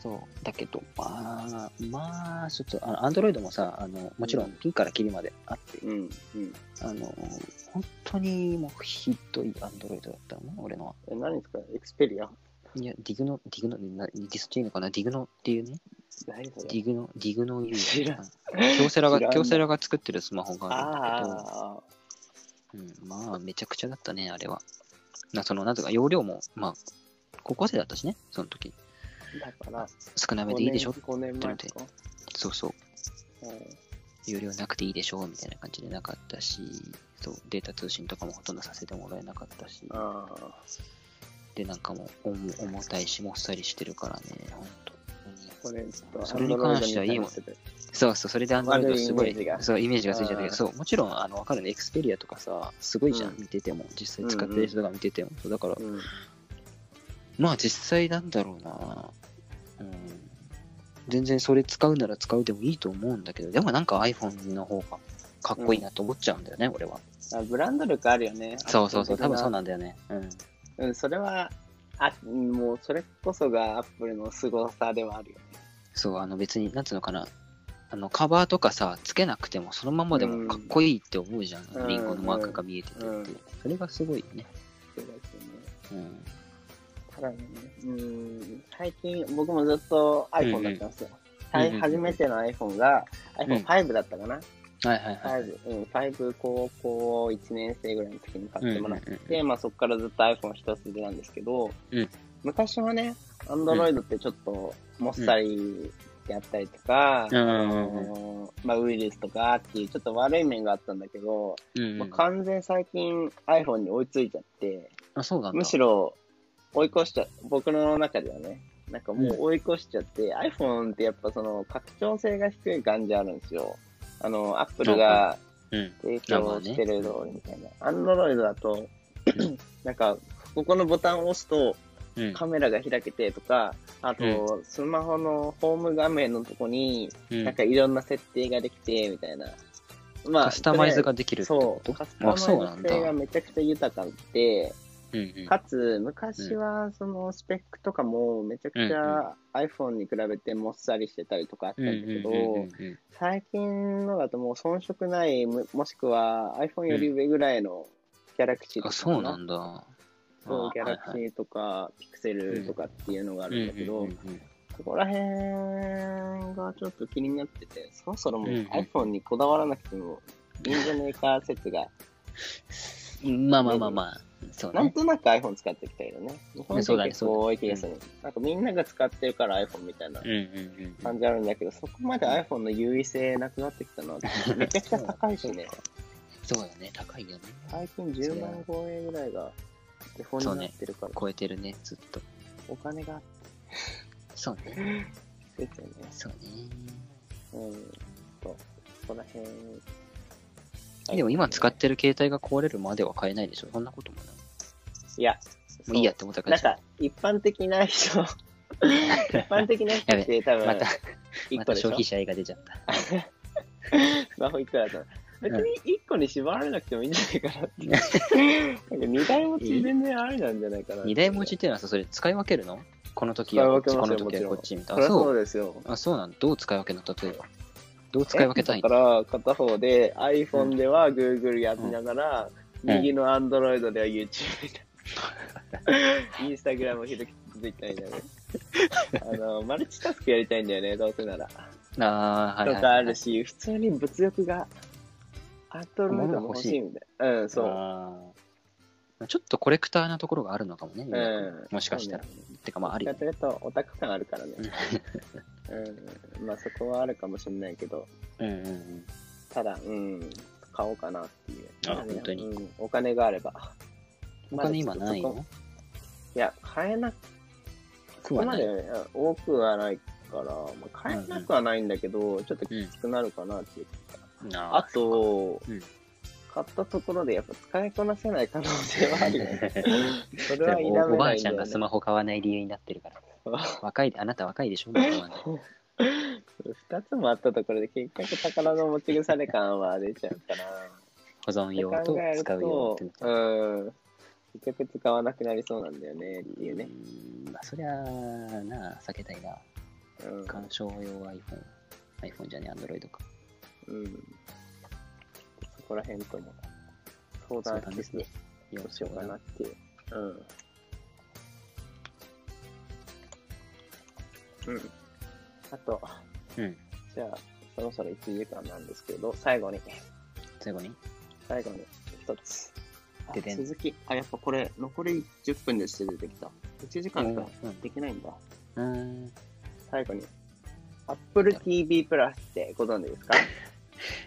そうだけどまあまあちょっとあのアンドロイドもさあのもちろんピンからキリまであって、うん。うん。あの本当にもうひどいアンドロイドだったのね俺のはえ、何ですかエクスペリアいやディグのディグのなディスっていうのかなディグのっていうね何そデれィグのディグの U 知らん京セラが知らんな京セラが作ってるスマホがあるんだけどああ、うん、まあ、めちゃくちゃだったね、あれは。な、その、なんとか、容量も、まあ、高校生だったしね、その時。だから、少なめ5でいいでし年ょ5年前とか。そうそう。うん容量なくていいでしょうみたいな感じでなかったし、そう、データ通信とかもほとんどさせてもらえなかったし、ああ、で、なんかもう、重重たいし、もっさりしてるからね、本当に。これちょっとそれに関してはいいもん Android に対するそうそう、それでアンドロイドすご悪いイメージいが、そう、イメージがついちゃったけうんど、そう、もちろん、あの、わかるね、エクスペリアとかさ、すごいじゃん、うん見てても、実際使ってる人が見てても、そうだから、うんまあ実際なんだろうな、うん、全然それ使うなら使うでもいいと思うんだけどでもなんか iPhone の方がかっこいいなと思っちゃうんだよね、俺はあブランド力あるよね。そうそうそう多分そうな。なんだよねうんうん、それは、あもうそれこそがアップルの凄さではあるよね。そうあの別になんつうのかなあのカバーとかさつけなくてもそのままでもかっこいいって思うじゃん、うんリンゴのマークが見えててっていう、うんそれがすごいよねそうだけどねうんただね、うん、最近僕もずっと iPhone だったんですよ。最うんうん初めての iPhone がうん iPhone5 だったかな。はいはいはい5、うん、5高校1年生ぐらいの時に買ってもらって、うんうんまあそこからずっと iPhone 一筋なんですけど、うん昔はね、Android ってちょっともっさりであったりとか、うんあのーまあ、ウイルスとかっていうちょっと悪い面があったんだけど、うんまうあ、ん完全最近 iPhone に追いついちゃって、あそうなんだむしろ追い越しちゃ僕の中ではねなんかもう追い越しちゃって、iPhone ってやっぱその拡張性が低い感じあるんですよあの Apple がうん提供してる通りみたいな Android だとなんかここのボタンを押すとうんカメラが開けてとかあとスマホのホーム画面のとこにうんなんかいろんな設定ができてみたいな、まカスタマイズができるってそこうとカスタマイあそうなんズだ性がめちゃくちゃ豊かでうんうんかつ、昔はそのスペックとかもめちゃくちゃ iPhone に比べてもっさりしてたりとかあったんだけど、うん最近のだともう遜色ない、むもしくは iPhone より上ぐらいのギャラクシーとあ、かそうなかんだ。そう、ギャラクシーーとかピクセルとかっていうのがああるんだけど、ここら辺がちょっと気になってて、そろそろもううんうん iPhone にこだわらなくてもいいんじゃねえか説が、まあまあまあまあ、そうなんね。となく iPhone 使ってきたけどね。日本そ人うだね結構多い気がする。なんかみんなが使ってるから iPhone みたいなうんうんうん感じあるんだけど、そこまで iPhone の優位性なくなってきたなって。めちゃくちゃ高いしね。そうだね、高いよね。最近10万超えぐらいがデフォになってるから、超えてるね、ずっと。お金がそうね、ついてるね。そうね。うん。と、そこら辺。でも今使ってる携帯が壊れるまでは買えないでしょ。そんなこともない。いや、もういいやって思っそたう。かならんか、一般的な [LAUGHS] 人、一般的な人って多分、また、一個またでしょ消費者愛が出ちゃった。スマホいくらだったら別に1個に縛られなくてもいいんじゃないかなっ [LAUGHS] て。なんか2台持ち全然あれなんじゃないかな。二台持ちっていうのはさ、それ使い分けるのこの時は使いこ分っけまち、こすよの時はこっちみたそりいな。ゃあ、そそうう。ですよ。あ、そうなの。どう使い分けるの例えば。どう使い分けたいえだのから片方で iPhone では Google やりながら、うん右の Android では YouTube みたいな。インスタグラムを開き続いたいんだよね。あの、マルチタスクやりたいんだよね、どうせなら。ああ、はといはいはい。かあるし、普通に物欲が、アンドロイドも欲しいみたいな。うん、そう。う。ちょっとコレクターなところがあるのかもね、今うん。もしかしたら。そうねてか、まあ、ありだ。ととオタク感あるからね。うん。まあそこはあるかもしれないけど、うんうんうん。ただ、うん。買おうかなっていう。あ本当にうんお金があれば。 [LAUGHS] お金今ないまだちょっのとそこいや、買えなく食わまなでい。うん多くはないから、まあ、買えなくはないんだけど、ちょっときつくなるかなっていう。なあと、うん買ったところでやっぱ使いこなせない可能性はあるよ [LAUGHS] ね。それは否めないんだよ、おね、おばあちゃんがスマホ買わない理由になってるから。若い、あなた若 [LAUGHS] いでしょまだ買わない2つもあったところで結局宝の持ち腐れ感は出ちゃうから。保存用と使う用ってなっちゃううん。結局使わなくなりそうなんだよねっていうね。うんまあ、そりゃあなあ、避けたいな。うん。鑑賞用 iPhone。iPhone じゃねえ、Android か。うん、そこら辺とも相相談談しでてすね。よどうしようかなっていう。うん。うん。あと、うん。じゃあ、そろそろ1時間なんですけど、最後に、最後に。最後に一つ。あででん続き、あ、やっぱこれ、残り10分でして出てきた。1時間しかうんできないんだ。うん。最後に。Apple TV プラスってご存知ですか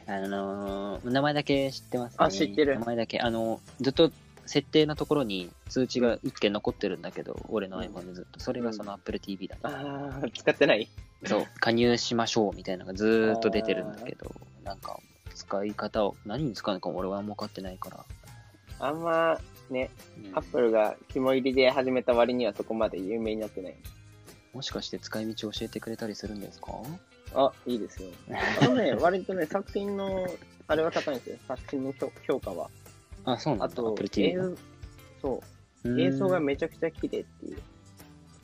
あのー名前だけ知ってますね。あ知ってる名前だけ。あの、ずっと設定のところに通知が1件残ってるんだけど、俺の iPhone でずっと。それがその Apple TV だね。ああ、使ってないそう、加入しましょうみたいなのがずーっと出てるんだけど、なんか、使い方を、何に使うのかも俺は儲かってないから。あんまね、うんアップルが肝入りで始めた割にはそこまで有名になってない。もしかして使い道を教えてくれたりするんですかあ、いいですよ。あの [LAUGHS] ね、割とね、作品の、あれは高いんですよ。作品の評評価は。あ、そうなあんだ、Apple と、 TV が。そうう、ん映像がめちゃくちゃ綺麗っていう。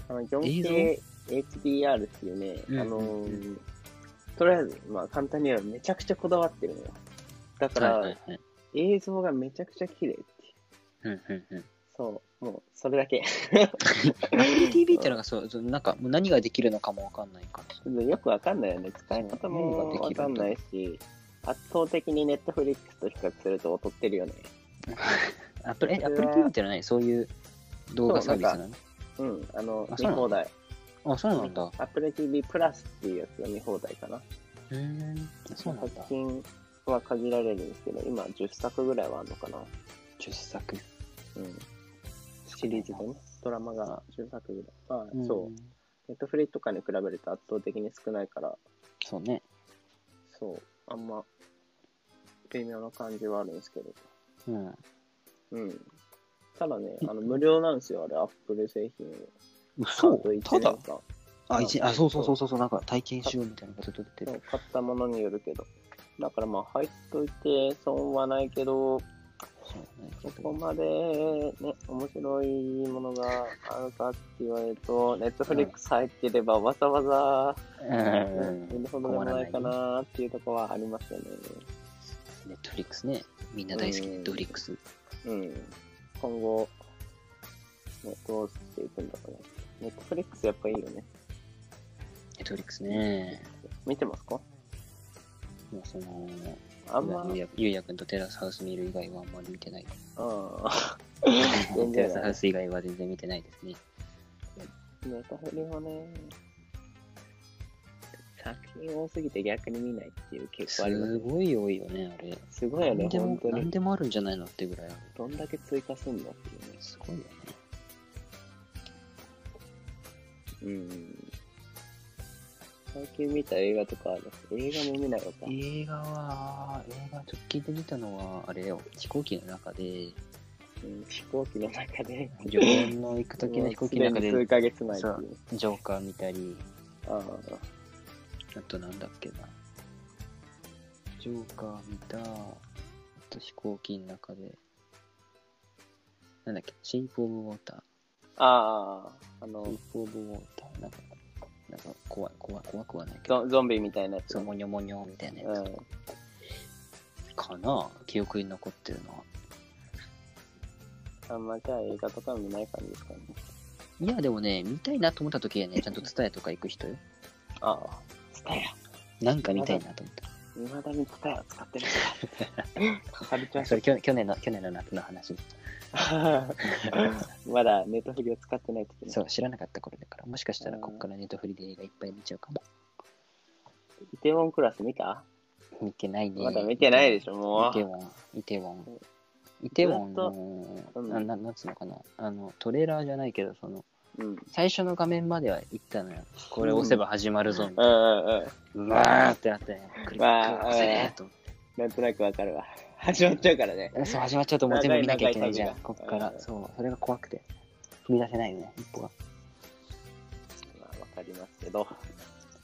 あの、4K HDR っていうね、うんあのうー、とりあえず、まあ簡単に言えばめちゃくちゃこだわってるのよ。だかはいはいら、はい。映像がめちゃくちゃ綺麗っていう。うんうんうん。そう、もう、それだ [LAUGHS] け。 Apple TV ってのがそう、そうなんか、もう何ができるのかもわかんないから。ちょっとよくわかんないよね。使い方も何がわできるかんんだないし、圧倒的にネットフリックスと比較すると劣ってるよね。 [LAUGHS] Apple えそれは Apple TV ってのはね、そういう動画サービスなのうん、あの、あ見そうなんだ放題。あ、そうなんだ。 Apple TV プラスっていうやつが見放題かな。うーん、そうなん作だ。品は限られるんですけど、今10作ぐらいはあるのかな。 10作。うん。シリーズでね、ドラマが10作ぐらい。まあ、うそんう。。ネットフリとかに比べると圧倒的に少ないから、そうね。そう、あんま、微妙な感じはあるんですけど。うん。うん。ただね、 [LAUGHS] あの無料なんですよ、あれ、アップル製品嘘買うとた1だ年間あ、一あ、そうそうそうそうそう、なんか体験しようみたいなのがずっと出てそうる。買ったものによるけど。だからまあ、入っといて損はないけど、そうねそこまでね、面白いものがあるかって言われると、ネットフリックス入ってればわざわうざ、ん見るほどでもないかなっていうところはありますよね。ネットフリックスね。みんな大好きネットフリックス。うん。今後、ね、どうしていくんだろうね。ネットフリックスやっぱいいよね。ネットフリックスね。見てますかもうその、あんまゆうやゆうやくんとテラスハウス見る以外はあんまり見てない。あ全然テラスハウス以外は全然見てないですね。あ、ネタフリもね、作品多すぎて逆に見ないっていう結構ありますすね。ごい多いよね、あれ。すごいよね何、で本も当何に。でもあるんじゃないのってぐらいある。どんだけ追加すんのっていうね。すごいよね。うん。最近見た映画とかある。映画も見ないのか。映画は、映画直近で見たのは、あれよ、飛行機の中 [LAUGHS] で、うん飛行機の中で。旅行の行く時の飛行機の中でもうすでに数ヶ月前っていうね。ジョーカー見たり、ああとなんだっけな。ジョーカー見た、あと飛行機の中で、なんだっけ、シェイプオブウォーター。あ。ああ、あシェのイ、プオブウォーター。なんか、なんか怖い、怖い、怖くはないけど、ゾゾンビみたいなやつ。そう、うもにょもにょみたいなやん。つかな、記憶に残ってるのは。あんまじゃあ映画とか見ない感じですかね。いや、でもね、見たいなと思った時はね、ちゃんと伝えとか行く人よ。ああ。スタヤ。なんか見たいなと思った。いまだに答えを使ってるから。かかりちゃ [LAUGHS] それ去去年の、去年の夏の話。う。まだネットフリを使ってない時ね。そう、知らなかった頃だから、もしかしたらこっからネットフリで映画いっぱい見ちゃうかも。イテウォンクラス見た見てないね。まだ見てないでしょ、もイテう。ウォン、イテウォン。イテウォンうの、んなななんつうのかな、あの、トレーラーじゃないけど、その、うん。最初の画面までは行ったのよ。これ押せば始まるぞ、みたういな。んうんうん。うわーってなって、クリック押せねーと思って。なんとなくわかるわ。始まっちゃうからね。そう、始まっちゃうともう全部見なきゃいけないじゃん長い、長こい旅がっからう。んそう、それが怖くて。踏み出せないね、一歩が。まあ、わかりますけど。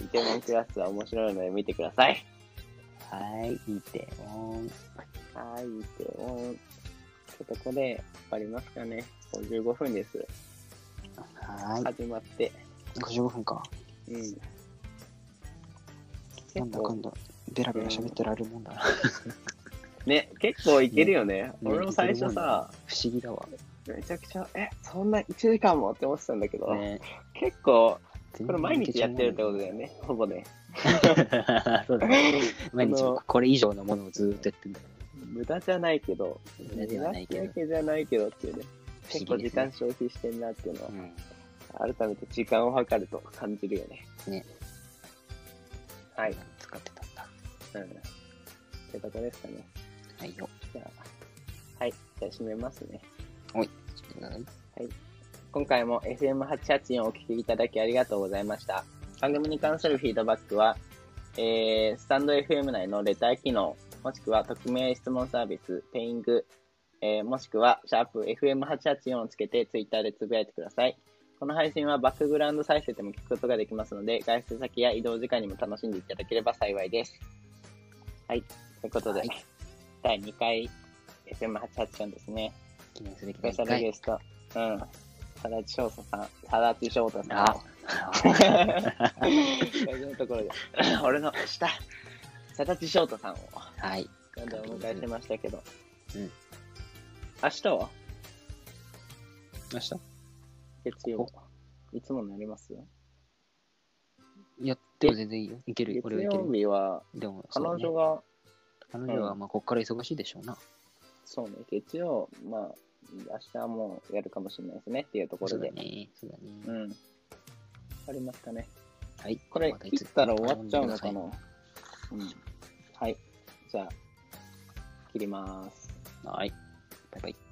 イテモンクラスは面白いので見てください。はーい、イテウォン。はい、イテモン。ってとこで、終わりますかね。55分です。はーい、始まって。 55分か。うん。なん結だか構んだ、ベラベラ喋ってられるもんだな。ね、結構いけるよね。ね俺も最初さ、不思議だわ。めちゃくちゃ、え、そんな1時間もって思ってたんだけど、ね、結構、全これ然毎いけ日ちゃやっうもんてるってことだよね、ほぼね。そうだね。毎日あのこれ以上のものをずーっとやってるんだよ。無駄じゃないけど、無駄ではないけど無駄だじゃないけどっていうね、不思結議構時ですね間消費してんなっていうのはう、ん改めて時間を計ると感じるよね。ね。はい。使ってたんだ。うん。ってとこですかね。はいよ。じゃあ、はい。じゃあ、締めますね。おい。ちょっと待って今回も FM884 をお聞きいただきありがとうございました。番組に関するフィードバックは、えー、スタンド FM 内のレター機能、もしくは匿名質問サービス、ペイング、えー、もしくは、シャープ FM884 をつけてツイッターでつぶやいてください。この配信はバックグラウンド再生でも聞くことができますので、外出先や移動時間にも楽しんでいただければ幸いです。はい。ということで、はい第2回 FM884 ですね。記念すべきスペ第シャ1ル回ゲ。スト、うん。ただち翔太さん、ただち翔太さん。あ [LAUGHS] 大事なところで、俺の下、ただち翔太さんを、はい。今度お迎えしてましたけど。うん明日は明日月曜。いつものやりますやっても全然いいよ。いけるよ。俺月はいける曜よ。日は、でも、彼そうね女が、彼女は、まあ、こっから忙しいでしょうな。そうね、月曜、まあ、明日はもうやるかもしれないですねっていうとこそろうだで。ね。そうだうね。ん。ありますかね。はい。これまたい切つったら終わっちゃうのかな、はうん、はい。じゃあ、切ります。い。はい。バイバイ。